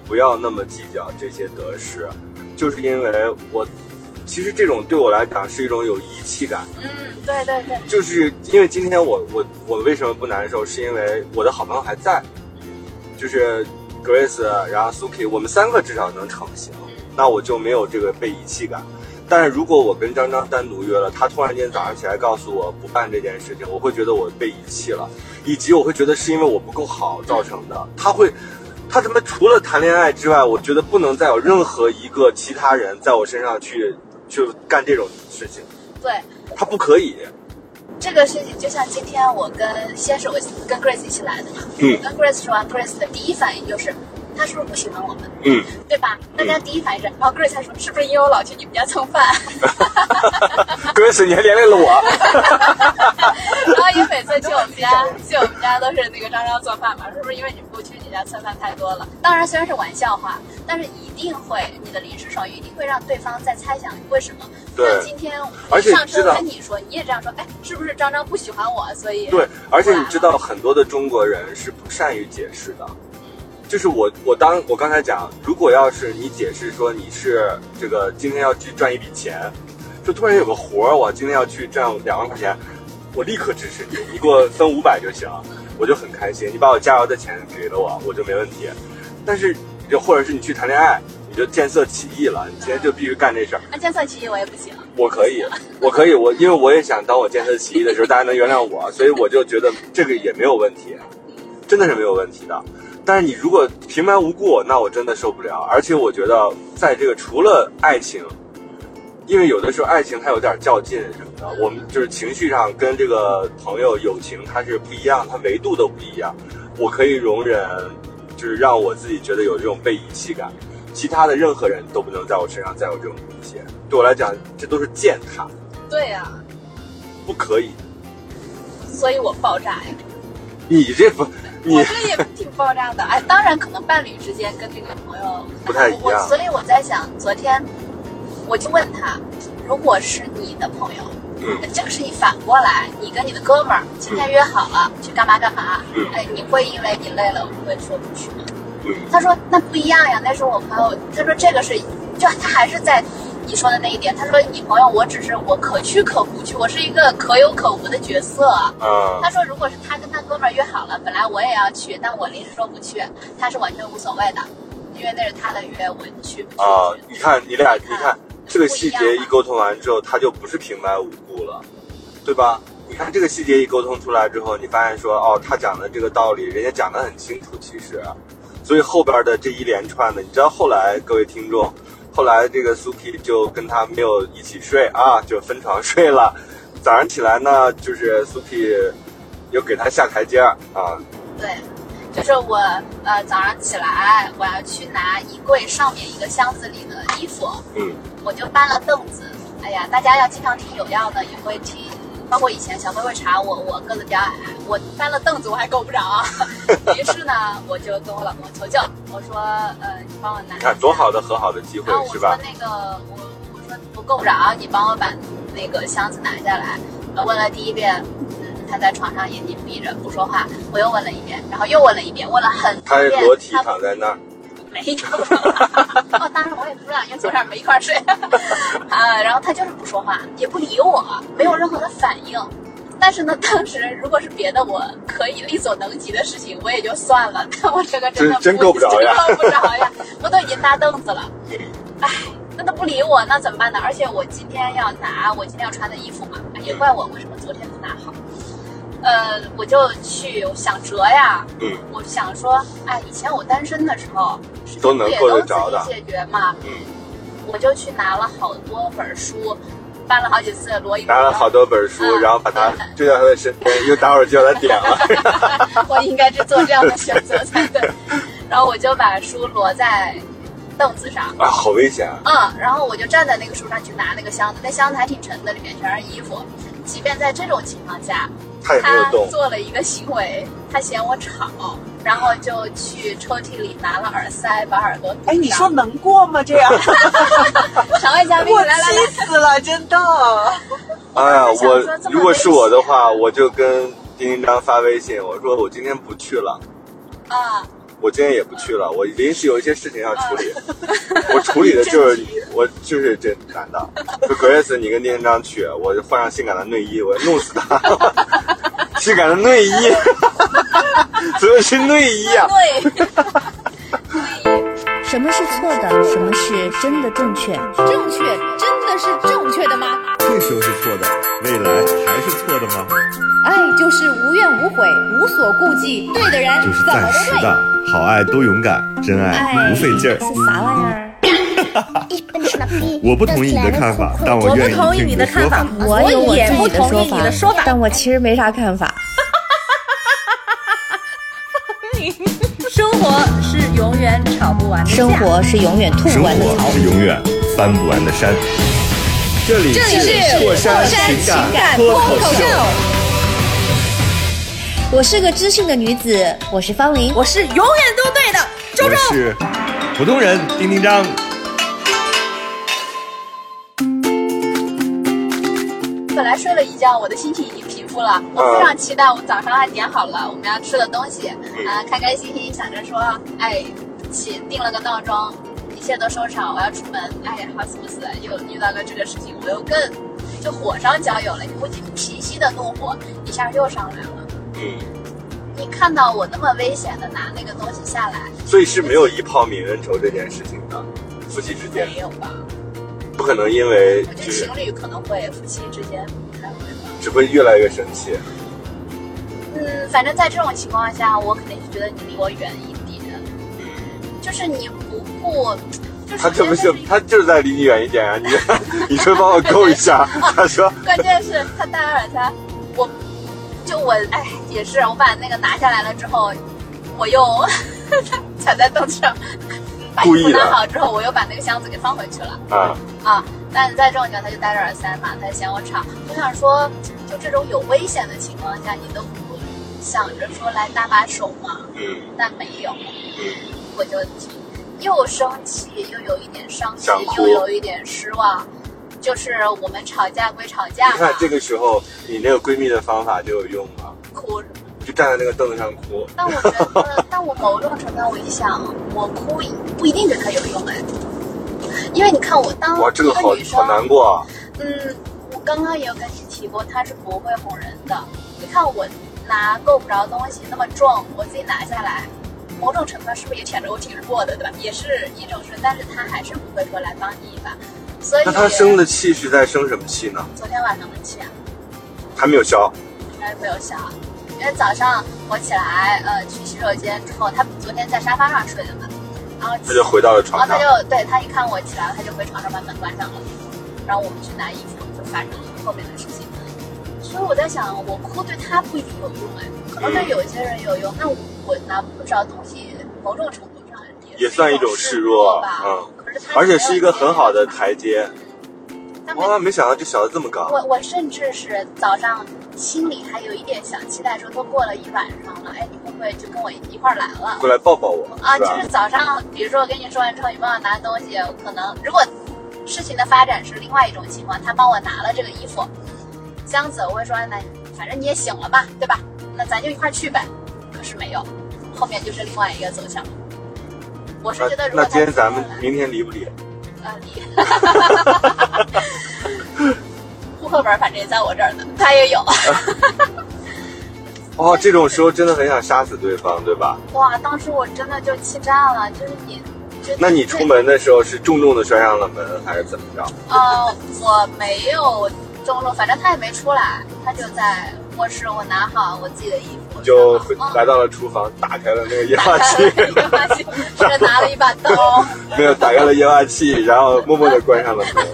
Speaker 3: 不要那么计较这些得失，啊就是因为我。其实这种对我来讲是一种有仪器感。
Speaker 4: 嗯，对对对。
Speaker 3: 就是因为今天我我我为什么不难受，是因为我的好朋友还在，就是 Grace，然后 Suki，我们三个至少能成型，那我就没有这个被遗弃感。但是如果我跟张张单独约了，他突然间早上起来告诉我不办这件事情，我会觉得我被遗弃了，以及我会觉得是因为我不够好造成的。他会。他他妈除了谈恋爱之外，我觉得不能再有任何一个其他人在我身上去。就干这种事情，
Speaker 4: 对，
Speaker 3: 他不可以。
Speaker 4: 这个事情就像今天我跟先是我跟 Grace 一起来的嘛，
Speaker 3: 嗯，
Speaker 4: 我跟 Grace 说完，Grace 的第一反应就是他是不是不喜欢我们，
Speaker 3: 嗯，
Speaker 4: 对吧？大家第一反应是，然后 Grace 还说是不是因为我老去你们家蹭饭
Speaker 3: ？Grace 你还连累了我，
Speaker 4: 然后因为每次去我们家，去我们家都是那个张张做饭嘛，是不是因为你不去你家蹭饭太多了？当然虽然是玩笑话，但是一定会你的临时手艺一定会让对方在猜想为什么。
Speaker 3: 对，
Speaker 4: 今天
Speaker 3: 而且
Speaker 4: 上车
Speaker 3: 道
Speaker 4: 跟你说，你也这样说，哎，是不是张张不喜欢我，所以
Speaker 3: 对，而且你知道很多的中国人是不善于解释的，就是我我当我刚才讲，如果要是你解释说你是这个今天要去赚一笔钱，就突然有个活儿，我今天要去赚两万块钱，我立刻支持你，你给我分五百就行，我就很开心，你把我加油的钱给了我，我就没问题，但是就或者是你去谈恋爱。就见色起意了，你今天就必须干这事儿。
Speaker 4: 那见色起意我也不行。
Speaker 3: 我可以，我可以，我因为我也想，当我见色起意的时候，大家能原谅我，所以我就觉得这个也没有问题，真的是没有问题的。但是你如果平白无故，那我真的受不了。而且我觉得，在这个除了爱情，因为有的时候爱情它有点较劲什么的，我们就是情绪上跟这个朋友、友情它是不一样，它维度都不一样。我可以容忍，就是让我自己觉得有这种被遗弃感。其他的任何人都不能在我身上再有这种东西，对我来讲，这都是践踏。
Speaker 4: 对呀、啊，
Speaker 3: 不可以。
Speaker 4: 所以我爆炸呀！
Speaker 3: 你这不，你
Speaker 4: 我这也挺爆炸的。哎，当然可能伴侣之间跟这个朋友
Speaker 3: 不太一样。
Speaker 4: 所以我在想，昨天我就问他，如果是你的朋友，
Speaker 3: 嗯，
Speaker 4: 这个事情反过来，你跟你的哥们儿今天约好了、嗯、去干嘛干嘛，
Speaker 3: 嗯，
Speaker 4: 哎，你会因为你累了会说不去吗？
Speaker 3: 他
Speaker 4: 说那不一样呀，那是我朋友。他说这个是，就他还是在你说的那一点。他说你朋友，我只是我可去可不去，我是一个可有可无的角色。
Speaker 3: 嗯、
Speaker 4: 他说如果是他跟他哥们儿约好了，本来我也要去，但我临时说不去，他是完全无所谓的，因为那是他的约，我去不去。
Speaker 3: 啊、嗯，你看你俩，
Speaker 4: 你看,
Speaker 3: 你看这个细节一沟通完之后，他就不是平白无故了，对吧？你看这个细节一沟通出来之后，你发现说哦，他讲的这个道理，人家讲的很清楚，其实。所以后边的这一连串的，你知道后来各位听众，后来这个 Suki 就跟他没有一起睡啊，就分床 睡了。早上起来呢，就是 Suki 又给他下台阶儿啊，
Speaker 4: 对，就是我呃早上起来，我要去拿衣柜上面一个箱子里的衣服，
Speaker 3: 嗯，
Speaker 4: 我就搬了凳子。哎呀，大家要经常听有药的，也会听，包括以前小薇会查我，我个子比较矮，我搬了凳子我还够不着。啊 于是呢，我就跟我老公求救，我说呃你帮我拿
Speaker 3: 你。看多好的和好的机会
Speaker 4: 然后啊我
Speaker 3: 是
Speaker 4: 说
Speaker 3: 吧？
Speaker 4: 那个，我我说我够不着，啊你帮我把那个箱子拿下来。呃问了第一遍，嗯，他在床上眼睛闭着不说话。我又问了一遍，然后又问了一遍，问了很多
Speaker 3: 他
Speaker 4: 遍，
Speaker 3: 裸体
Speaker 4: 他
Speaker 3: 躺在那儿，
Speaker 4: 没有。 哦，当时我也不知道，因为昨晚没一块儿睡。 啊，然后他就是不说话，也不理我，没有任何的反应。但是呢，当时如果是别的我可以力所能及的事情，我也就算了。但我这个真的
Speaker 3: 真真够不着呀
Speaker 4: 真够不着呀！我都已经搭凳子了，唉，那他不理我，那怎么办呢？而且我今天要拿我今天要穿的衣服嘛，哎也怪我为什么昨天不拿好。呃，我就去我想折呀，
Speaker 3: 嗯，
Speaker 4: 我想说，哎，以前我单身的时候，事情
Speaker 3: 都能
Speaker 4: 不也
Speaker 3: 够得
Speaker 4: 都自
Speaker 3: 着
Speaker 4: 己
Speaker 3: 的
Speaker 4: 解决嘛，
Speaker 3: 嗯，
Speaker 4: 我就去拿了好多本书，翻了好几次罗一
Speaker 3: 拿了好多本书，
Speaker 4: 嗯
Speaker 3: 然后把它丢在他的身边，又待会儿就让他点了。
Speaker 4: 嗯我应该是做这样的选择才对。 然后我就把书摞在凳子上，
Speaker 3: 啊，好危险啊！
Speaker 4: 嗯，然后我就站在那个书上去拿那个箱子，那箱子还挺沉的，里面全是衣服。即便在这种情况下，
Speaker 3: 他也没有
Speaker 4: 他
Speaker 3: 动，
Speaker 4: 做了一个行为，他嫌我吵，然后就去抽屉里拿了耳塞，把耳朵堵
Speaker 6: 哎，你说
Speaker 4: 上。
Speaker 6: 能过吗？这样
Speaker 4: 尝一下味，
Speaker 6: 我
Speaker 4: 来来来，
Speaker 6: 气死了，真的。
Speaker 3: 哎呀，
Speaker 4: 想说这
Speaker 3: 我
Speaker 4: 么
Speaker 3: 如果是我的话，
Speaker 4: 危险
Speaker 3: 我就跟丁丁章发微信，我说我今天不去了，
Speaker 4: 啊、
Speaker 3: 我今天也不去了，我临时有一些事情要处理。
Speaker 4: 嗯
Speaker 3: 我处理的 就是我就是这男的，就 Grace，你跟丁丁章去，我就换上性感的内衣，我要弄死 他。性感的内衣， 怎么是内衣啊？
Speaker 4: 对，
Speaker 2: 什么是错的？什么是真的正确？
Speaker 8: 正确真的是正确的吗？
Speaker 5: 这时候是错的，未来还是错的吗？
Speaker 8: 爱哎就是无怨无悔，无所顾忌，对的人
Speaker 5: 就是
Speaker 8: 怎么
Speaker 5: 暂
Speaker 8: 都
Speaker 5: 时
Speaker 8: 对。
Speaker 5: 的，好爱都勇敢，真爱
Speaker 3: 哎
Speaker 2: 爱
Speaker 5: 不费劲儿。
Speaker 2: 是啥玩意儿？
Speaker 5: 我不同意你的看法，但我愿
Speaker 2: 同
Speaker 5: 意
Speaker 2: 意
Speaker 5: 听
Speaker 2: 你
Speaker 5: 你
Speaker 2: 的
Speaker 5: 的
Speaker 2: 看
Speaker 5: 说
Speaker 2: 法
Speaker 5: 法。，
Speaker 2: 我有我
Speaker 8: 也
Speaker 2: 自
Speaker 8: 不
Speaker 2: 己的
Speaker 8: 同
Speaker 2: 说
Speaker 8: 意你的说法
Speaker 1: 但我其实没啥看法。
Speaker 2: 生活是永远吵不完的架，
Speaker 1: 生活是永远吐不
Speaker 5: 生
Speaker 1: 完的草。
Speaker 5: 活是永远翻不完的山。这里是过山情感脱口秀。
Speaker 1: 我是个知性的女子，我是方玲。
Speaker 2: 我是永远都对的。周
Speaker 5: 我
Speaker 2: 周，
Speaker 5: 是普通人丁丁张，
Speaker 4: 本来睡了一觉，我的心情已经平复了，我非常期待我早上还点好了我们要吃的东西，啊，开开心心想着说，哎，起定了个闹钟，一切都收场，我要出门，哎呀，好死不死又遇到了这个事情，我又更就火上浇油了，我已经平息的怒火一下又上来了。
Speaker 3: 嗯，
Speaker 4: 你看到我那么危险的拿那个东西下来，
Speaker 3: 所以是没有一炮泯恩仇这件事情的，夫妻之间
Speaker 4: 没有吧？
Speaker 3: 不可能因为
Speaker 4: 我觉
Speaker 3: 就
Speaker 4: 得
Speaker 3: 是
Speaker 4: 情侣可能会，夫妻之间不太会吧。
Speaker 3: 只会越来越生气。
Speaker 4: 嗯，反正在这种情况下，我肯定是觉得你离我远一点，就是你不顾，就是
Speaker 3: 他这不是
Speaker 4: 真的
Speaker 3: 他就是在离你远一点啊！你 你说帮我勾一下，他说
Speaker 4: 关键是他戴耳塞，我就我哎也是，我把那个拿下来了之后，我又 踩在凳子上，把
Speaker 3: 故
Speaker 4: 衣服
Speaker 3: 意的
Speaker 4: 拿好之后，我又把那个箱子给放回去了。
Speaker 3: 啊，
Speaker 4: 啊，但在这种情况下就戴着耳塞嘛，他嫌我吵。我想说，就这种有危险的情况下，你都不想着说来搭把手嘛，
Speaker 3: 嗯
Speaker 4: 但没有，
Speaker 3: 嗯，
Speaker 4: 我就又生气，又有一点伤心
Speaker 3: 想，哭
Speaker 4: 又有一点失望。就是我们吵架归吵架
Speaker 3: 你看
Speaker 4: 嘛，
Speaker 3: 这个时候你那个闺蜜的方法就有用了，
Speaker 4: 哭。
Speaker 3: 就站在那个凳子上哭。
Speaker 4: 但我觉 得，但我某种程度上我一想，我哭不一定对他有用哎，因为你看我当
Speaker 3: 哇，这个
Speaker 4: 一
Speaker 3: 好
Speaker 4: 女生
Speaker 3: 好难过啊！
Speaker 4: 嗯，我刚刚也有跟你提过，他是不会哄人的。你看我拿够不着东西那么重，我自己拿下来，某种程度上是不是也显得我挺弱的，对吧？也是一种是，但是他还是不会说来帮你一把。所以
Speaker 3: 那他生的气是在生什么气呢？
Speaker 4: 昨天晚上的气啊，
Speaker 3: 还没有消，
Speaker 4: 应该没有想。因为早上我起来，呃，去洗手间之后，他昨天在沙发上睡的嘛，然后
Speaker 3: 他就回到了床上
Speaker 4: 然后他就对他一看我起来了，他就回床上把门关上了，然后我们去拿衣服，就发生了后面的事情。所以我在想，我哭对他不一定有用哎，可能对有一些人有用。那我我拿不少东西，某种程度上
Speaker 3: 也算一
Speaker 4: 一
Speaker 3: 种示
Speaker 4: 示
Speaker 3: 弱
Speaker 4: 吧，。
Speaker 3: 嗯，
Speaker 4: 可是他
Speaker 3: 而且是一个很好的台
Speaker 4: 台。
Speaker 3: 阶。
Speaker 4: 但没
Speaker 3: 哇，没想到这小子这么高，
Speaker 4: 我我甚至是早上心里还有一点小期待，说都过了一晚上了，哎，你会不会就跟我一块儿来了？
Speaker 3: 过来抱抱我，
Speaker 4: 啊，
Speaker 3: 是
Speaker 4: 就
Speaker 3: 吧
Speaker 4: 是？早上，比如说我跟你说完之后，你帮我拿东西，我可能如果事情的发展是另外一种情况，他帮我拿了这个衣服箱子，我会说那反正你也醒了吧，对吧？那咱就一块儿去呗。可是没有，后面就是另外一个走向了。我是觉得
Speaker 3: 那
Speaker 4: 如
Speaker 3: 那
Speaker 4: 果他
Speaker 3: 今天
Speaker 4: 不
Speaker 3: 咱
Speaker 4: 过
Speaker 3: 们
Speaker 4: 来
Speaker 3: 明天离不离？
Speaker 4: 啊，你，呃 户口本反正也在我这儿 呢，他也有。
Speaker 3: 哦，这种时候真的很想杀死对方，对吧？
Speaker 4: 哇，当时我真的就气炸了，就是你，就
Speaker 3: 那你出门的时候是重重的摔上了门，还是怎么着？
Speaker 4: 呃，我没有中路，反正他也没出来，他就在卧室，我拿好我自己的衣服，
Speaker 3: 你就回
Speaker 4: 然后
Speaker 3: 来到了厨房，打开了那个液化 气，
Speaker 4: 嗯打开了一个东西或者拿了一把刀，
Speaker 3: 没有打开了液化气，然后默默的关上了门。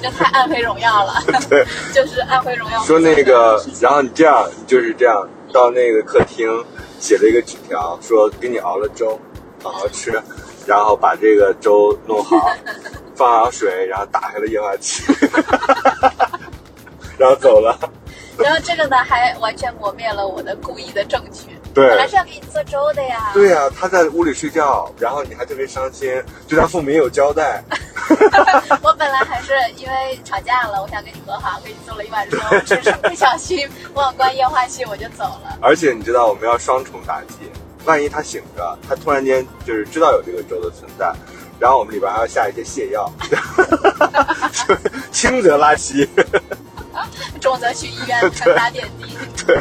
Speaker 4: 这太暗黑荣耀了，
Speaker 3: 对，
Speaker 4: 就是暗黑荣耀。
Speaker 3: 说那个，然后你这样就是这样到那个客厅写了一个纸条，说给你熬了粥，好好吃，然后把这个粥弄好，放上水，然后打开了液化气， 然后走了。
Speaker 4: 然后这个呢，还完全磨灭了我的故意的证据。
Speaker 3: 对
Speaker 4: 本来是要给你做粥的呀。
Speaker 3: 对呀、他在屋里睡觉，然后你还特别伤心，对他父母也有交代。
Speaker 4: 我本来还是因为吵架了，我想跟你和好，给你做了一碗粥，只是不小心忘关液化气，我就走了。
Speaker 3: 而且你知道，我们要双重打击，万一他醒着，他突然间就是知道有这个粥的存在，然后我们里边还要下一些泻药， 轻则拉稀。
Speaker 4: 重则去医院传打点 滴。对，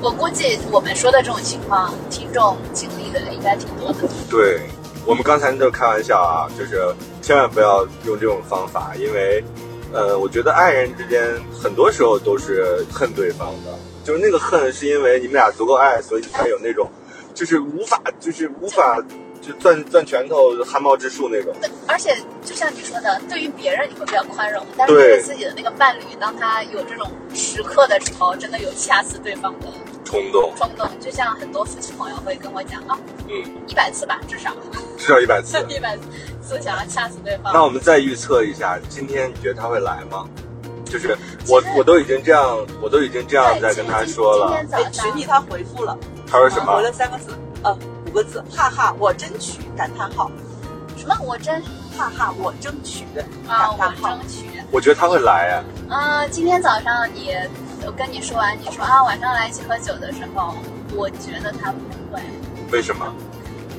Speaker 4: 我估计我们说的这种情况，听众经历的应该挺多的。
Speaker 3: 对，我们刚才都是开玩笑啊，就是千万不要用这种方法，因为，呃，我觉得爱人之间很多时候都是恨对方的，就是那个恨是因为你们俩足够爱，所以才有那种，就是无法，就是无法，就攥攥拳头汗毛直竖那种。
Speaker 4: 而且就像你说的，对于别人你会比较宽容，但是对自己的那个伴侣，当他有这种时刻的时候，真的有掐死对方的
Speaker 3: 冲动，
Speaker 4: 冲动。就像很多夫妻朋友会跟我讲啊，
Speaker 3: 嗯，
Speaker 4: 一百次吧，至 少
Speaker 3: 至少一百次。
Speaker 4: 一百次想要掐死对方。
Speaker 3: 那我们再预测一下，今天你觉得他会来吗？就是我
Speaker 4: 其实
Speaker 3: 我都已经这样，我都已经这样
Speaker 4: 对
Speaker 3: 在
Speaker 4: 其
Speaker 3: 跟
Speaker 4: 实
Speaker 3: 他
Speaker 4: 今
Speaker 3: 说
Speaker 4: 今
Speaker 3: 了
Speaker 4: 天，早
Speaker 6: 哎，
Speaker 4: 上
Speaker 6: 群里他回复了，
Speaker 3: 他说什么
Speaker 6: 回？了三个字，呃，五个字，哈哈，我争取感叹号，
Speaker 4: 什么我真
Speaker 6: 哈哈，我争取
Speaker 4: 啊，
Speaker 6: 感
Speaker 4: 我
Speaker 6: 叹号。
Speaker 4: 争取。
Speaker 3: 我觉得他会来哎。
Speaker 4: 嗯，今天早上你我跟你说完，你说啊晚上来一起喝酒的时候，我觉得他不会。
Speaker 3: 为什么？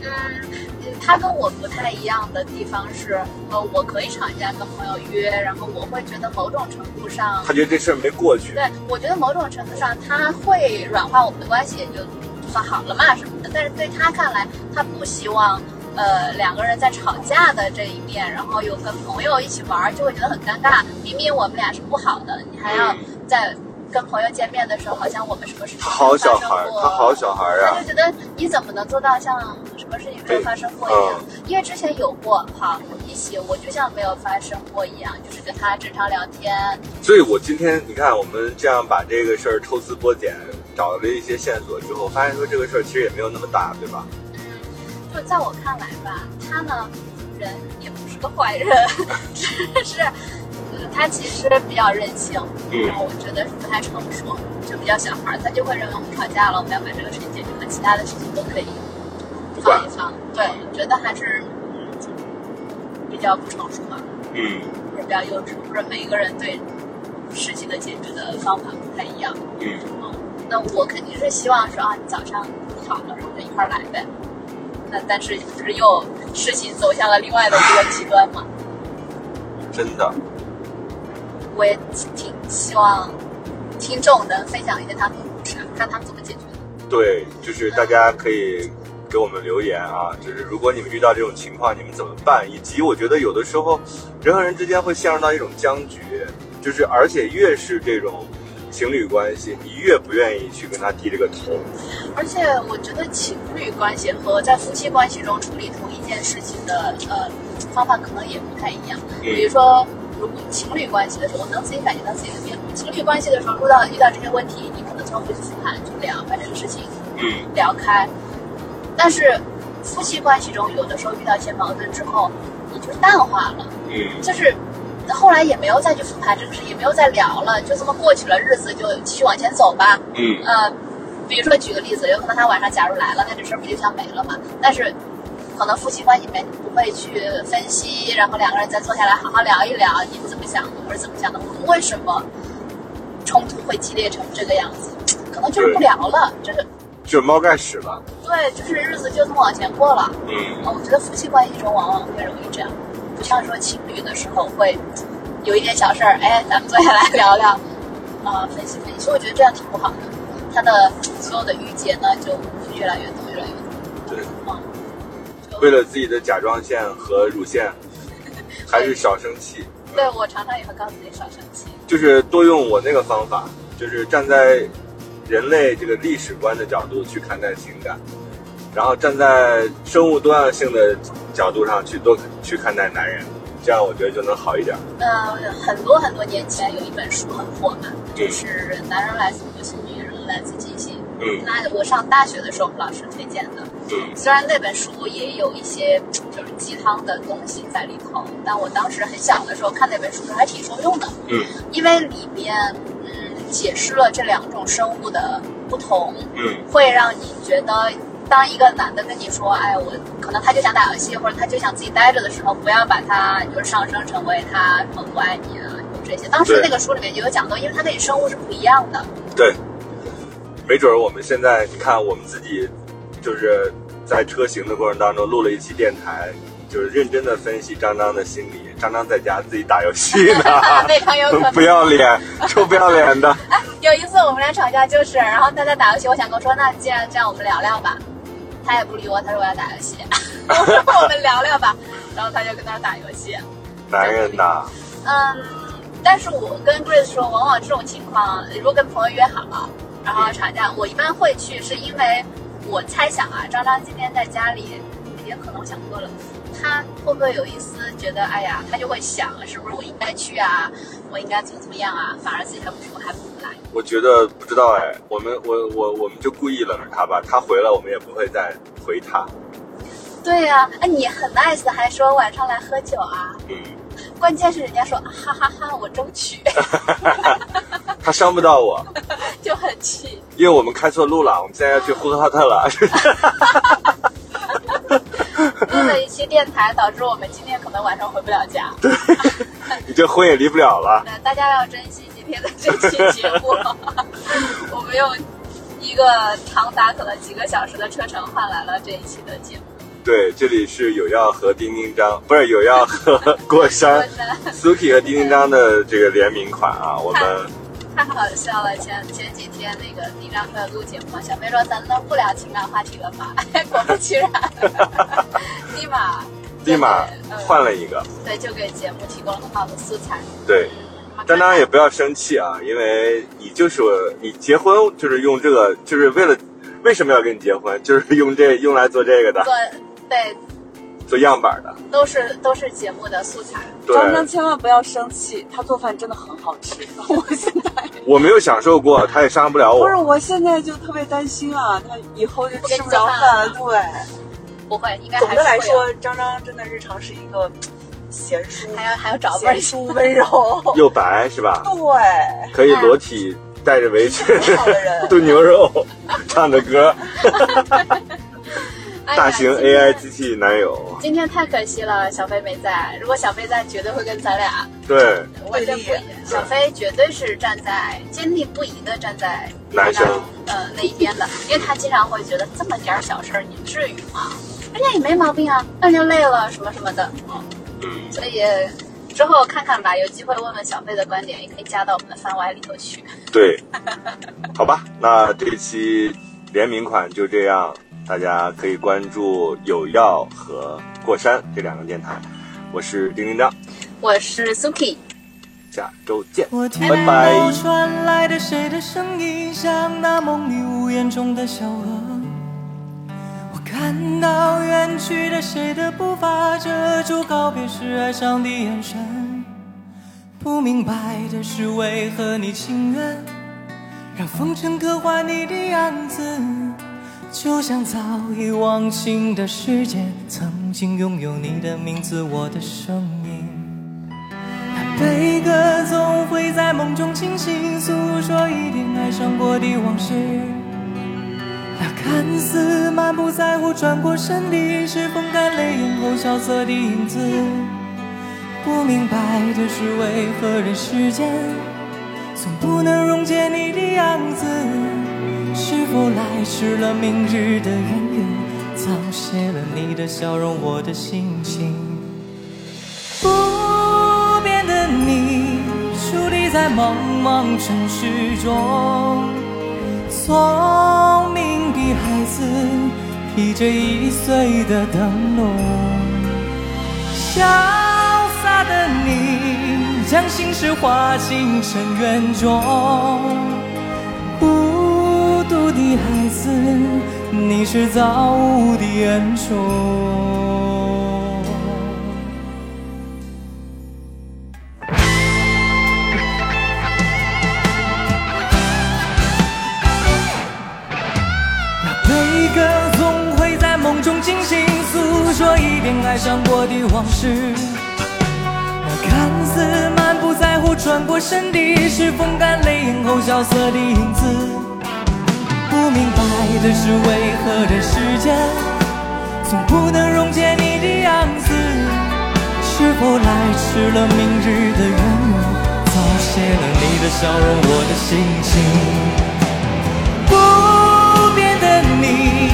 Speaker 4: 嗯，他跟我不太一样的地方是，呃，我可以吵架跟朋友约，然后我会觉得某种程度上，
Speaker 3: 他觉得这事儿没过去。
Speaker 4: 对我觉得某种程度上他会软化我们的关系，也就呃算好了嘛什么的。但是对他看来，他不希望。呃，两个人在吵架的这一面，然后又跟朋友一起玩儿，就会觉得很尴尬。明明我们俩是不好的，你还要
Speaker 3: 嗯
Speaker 4: 在跟朋友见面的时候，好像我们什么事情
Speaker 3: 他 好小孩
Speaker 4: 没
Speaker 3: 儿
Speaker 4: 有发生，过
Speaker 3: 他好小孩儿
Speaker 4: 他
Speaker 3: 啊
Speaker 4: 就！觉得你怎么能做到像什么事情没有发生过一样？因为之前有过，好一起，我就像没有发生过一样，就是跟他正常聊天。
Speaker 3: 所以我今天你看，我们这样把这个事儿抽丝剥茧，找了一些线索之后，发现说这个事儿其实也没有那么大，对吧？
Speaker 4: 就在我看来吧，他呢，人也不是个坏人， 只是嗯他其实比较任性，
Speaker 3: 嗯
Speaker 4: 然后我觉得是不太成熟，就比较小孩儿，他就会认为我们吵架了，我们要把这个事情解决了，其他的事情都可以
Speaker 3: 不管
Speaker 4: 放一放。对，觉得还是嗯比较不成熟吧。
Speaker 3: 嗯
Speaker 4: 或者比较幼稚，或者每一个人对事情的解决的方法不太一样。
Speaker 3: 嗯，
Speaker 4: 那我肯定是希望说啊，你早上好了，然后就一块儿来呗。那但是不是又事情走向了另外的一个极端嘛？
Speaker 3: 真的。
Speaker 4: 我也挺希望听众能分享一些他们的故事，看他们怎么解决的。
Speaker 3: 对，就是大家可以给我们留言啊，就是如果你们遇到这种情况，你们怎么办？以及我觉得有的时候人和人之间会陷入到一种僵局，就是而且越是这种情侣关系，你越不愿意去跟他低这个头。
Speaker 4: 而且我觉得情侣关系和在夫妻关系中处理同一件事情的呃方法可能也不太一样。比如说，如果情侣关系的时候，我能自己感觉到自己的变化。情侣关系的时候，遇到遇到这些问题，你可能就会去谈、去聊，把这个事情
Speaker 3: 嗯
Speaker 4: 聊开。但是夫妻关系中，有的时候遇到一些矛盾之后，你就淡化了。
Speaker 3: 嗯，
Speaker 4: 就是后来也没有再去复盘这个事，也没有再聊了，就这么过去了，日子就继续往前走吧。
Speaker 3: 嗯
Speaker 4: 呃，比如说举个例子，有可能他晚上假如来了，那这事儿不就像没了嘛？但是可能夫妻关系里面你不会去分析，然后两个人再坐下来好好聊一聊，你们怎么想的，我是怎么想的，我们为什么冲突会激烈成这个样子？可能就是不聊了，这个
Speaker 3: 就是猫盖屎了。
Speaker 4: 对，就是日子就这么往前过了。
Speaker 3: 嗯
Speaker 4: 我觉得夫妻关系中往往会容易这样，不像说情侣的时候会有一点小事儿，哎，咱们坐下来聊聊，啊、分析分析。所以我觉得这样挺不好的，他的所有的郁结呢就会越来越多，越来越多。
Speaker 3: 对，
Speaker 4: 嗯，
Speaker 3: 为了自己的甲状腺和乳腺，还是少生气。
Speaker 4: 对我常常也会告诉自己少生气。
Speaker 3: 就是多用我那个方法，就是站在人类这个历史观的角度去看待情感，然后站在生物多样性的角度上去多去看待男人，这样我觉得就能好一点。
Speaker 4: 呃，很多很多年前有一本书很火嘛，
Speaker 3: 对
Speaker 4: 就是《男人来自母亲，女人来自金星》。
Speaker 3: 嗯
Speaker 4: 那我上大学的时候，我们老师推荐的。
Speaker 3: 嗯
Speaker 4: 虽然那本书也有一些就是鸡汤的东西在里头，但我当时很小的时候看那本书还挺受用的，
Speaker 3: 嗯
Speaker 4: 因为里面嗯解释了这两种生物的不同，
Speaker 3: 嗯
Speaker 4: 会让你觉得，当一个男的跟你说，哎，我可能他就想打游戏，或者他就想自己待着的时候，不要把他就是上升成为他什么不爱你啊，有这些。当时
Speaker 3: 对
Speaker 4: 那个书里面也有讲到，因为它跟你生物是不一样的，
Speaker 3: 对，没准儿我们现在你看我们自己就是在车行的过程当中录了一期电台，就是认真的分析张张的心理。张张在家自己打游戏呢，。
Speaker 4: 非常有可能
Speaker 3: 啊不要脸，臭不要脸的。
Speaker 4: 有一次我们俩吵架就是，然后他在打游戏，我想跟我说，那既然这样，我们聊聊吧。他也不理我，他说我要打游戏。 我说我们聊聊吧，然后他就跟那儿打游戏。
Speaker 3: 男人呐，
Speaker 4: 嗯，但是我跟 Grace 说，往往这种情况，如果跟朋友约好了，然后吵架，我一般会去，是因为我猜想啊，张张今天在家里，也可能想多了，他会不会有一丝觉得，哎呀，他就会想，是不是我应该去啊？我应该怎么怎么样啊？反而自己还不服，还不如来。
Speaker 3: 我觉得不知道哎，我们我我我们就故意冷着他吧，他回来我们也不会再回他。
Speaker 4: 对呀、哎，你很 nice，的还说晚上来喝酒啊？
Speaker 3: 嗯，
Speaker 4: 关键是人家说哈哈哈我争取，
Speaker 3: 他伤不到我，
Speaker 4: 就很气。
Speaker 3: 因为我们开错路了，我们现在要去呼和浩特了。
Speaker 4: 录了一期电台，导致我们今天可能晚上回不了家。对，
Speaker 3: 你这婚也离不了了。
Speaker 4: 大家要珍惜今天的这期节目。我们用一个长达可能几个小时的车程换来了这一期的节目。
Speaker 3: 对，这里是有药和丁丁张，不是有药和过 山
Speaker 4: 真的
Speaker 3: ，Suki 和丁丁张的这个联名款啊，我们
Speaker 4: 太好笑了！前前几天那个地上说录节目，小飞说咱能不聊情感话题了吗？果不其然，立马呃
Speaker 3: 立 马
Speaker 4: 嗯
Speaker 3: 换了一个。
Speaker 4: 对，就给节目提供了很好的素材。
Speaker 3: 对，
Speaker 4: 嗯
Speaker 3: 但当然也不要生气啊，因为你就是你结婚就是用这个，就是为了为什么要跟你结婚，就是用这用来做这个的，
Speaker 4: 做对，
Speaker 3: 做样板的。
Speaker 4: 都是都是节目的素材。
Speaker 3: 对，
Speaker 6: 张张千万不要生气，他做饭真的很好 吃。我现在
Speaker 3: 我没有享受过，他也伤不了
Speaker 6: 不
Speaker 3: 我
Speaker 6: 是，。我现在就特别担心啊，他以后就吃不着饭了。对，
Speaker 4: 不会，应该
Speaker 7: 总
Speaker 4: 还是
Speaker 7: 的来
Speaker 4: 会有
Speaker 7: 说，张张真的日常是一个嗯贤淑、
Speaker 4: 还要还要找味儿
Speaker 7: 贤。淑温柔，
Speaker 3: 又白是吧？
Speaker 7: 对，
Speaker 3: 可以裸体带着围裙
Speaker 7: 很好的人。
Speaker 3: 炖牛肉，唱着歌，
Speaker 4: 哎呀
Speaker 3: 大型
Speaker 4: 今天
Speaker 3: AI 机器男友。
Speaker 4: 今天太可惜了，小飞没在。如果小飞在，绝对会跟咱俩
Speaker 3: 对，
Speaker 4: 完全不一样。小飞绝对是站在坚定不移的站在
Speaker 3: 男生
Speaker 4: 呃那一边的，因为他经常会觉得这么点儿小事儿，你至于吗？人家也没毛病啊，让人家累了什么什么的，嗯。
Speaker 3: 嗯，
Speaker 4: 所以之后看看吧，有机会问问小贝的观点，也可以加到我们的番外里头去。
Speaker 3: 对，好吧，那这一期联名款就这样，大家可以关注有药和过山这两个电台。我是丁丁张，
Speaker 4: 我是 Suki，
Speaker 3: 下周见，
Speaker 9: 我听
Speaker 3: 拜拜
Speaker 9: 到。传来的谁的声音，像那梦里屋檐中的小河。我看到远去的谁的步伐，遮住告别时爱上的眼神。不明白的是，为何你情愿让风尘刻画你的样子，就像早已忘情的世界，曾经拥有你的名字，我的声音。悲歌总会在梦中清醒，诉说一点爱上过的往事。那看似满不在乎转过身的，是风干泪眼后萧瑟的影子。不明白的是，为何人世间总不能溶解你的样子？是否来迟了明日的烟雨，早谢了你的笑容，我的心情？不变的你，矗立在茫茫尘世中。聪明的孩子，披着易碎的灯笼。潇洒的你，将心事化进尘缘中。孤独的孩子，你是造物的恩宠。悲歌总会在梦中惊醒，诉说一遍爱上过的往事。那看似满不在乎转过身的，是风干泪眼后萧瑟的影子。不明白的是，为何这世界总不能溶解你的样子？是否来迟了明日的缘由，早谢了你的笑容，我的心情。不变的你，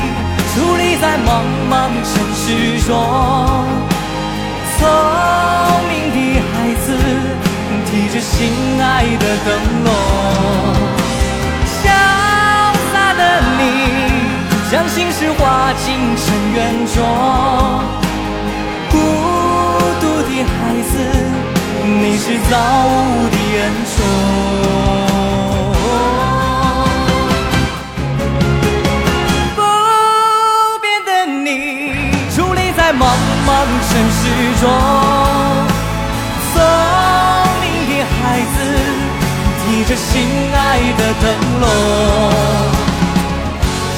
Speaker 9: 矗立在茫茫尘世中。聪明的孩子，提着心爱的灯笼。潇洒的你，将心事化进尘缘中。孤独的孩子，你是造物的恩宠。不变的你，矗立在茫茫尘世中。聪明的孩子，提着心爱的灯笼。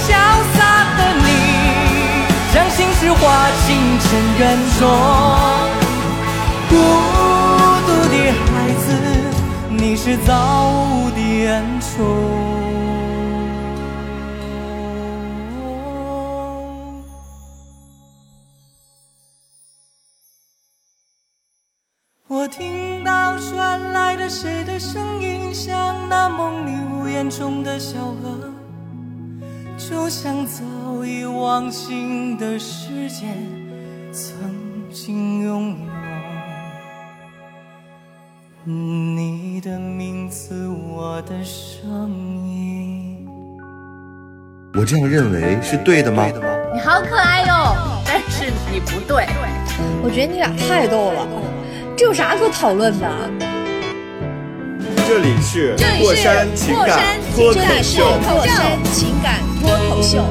Speaker 9: 潇洒的你，将心事化进尘缘中。孤独的孩子，你是造物的恩宠。我听到传来的谁的声音，像那梦里屋檐中的小河，就像早已忘情的世界，曾经拥有你的名字，我的声音。
Speaker 5: 我这样认为是对的吗？
Speaker 2: 你好可爱哟、但是你不对，
Speaker 1: 我觉得你俩太逗了，这有啥可讨论的？
Speaker 5: 这里是过山情感脱口秀。
Speaker 1: 口秀情感脱口秀。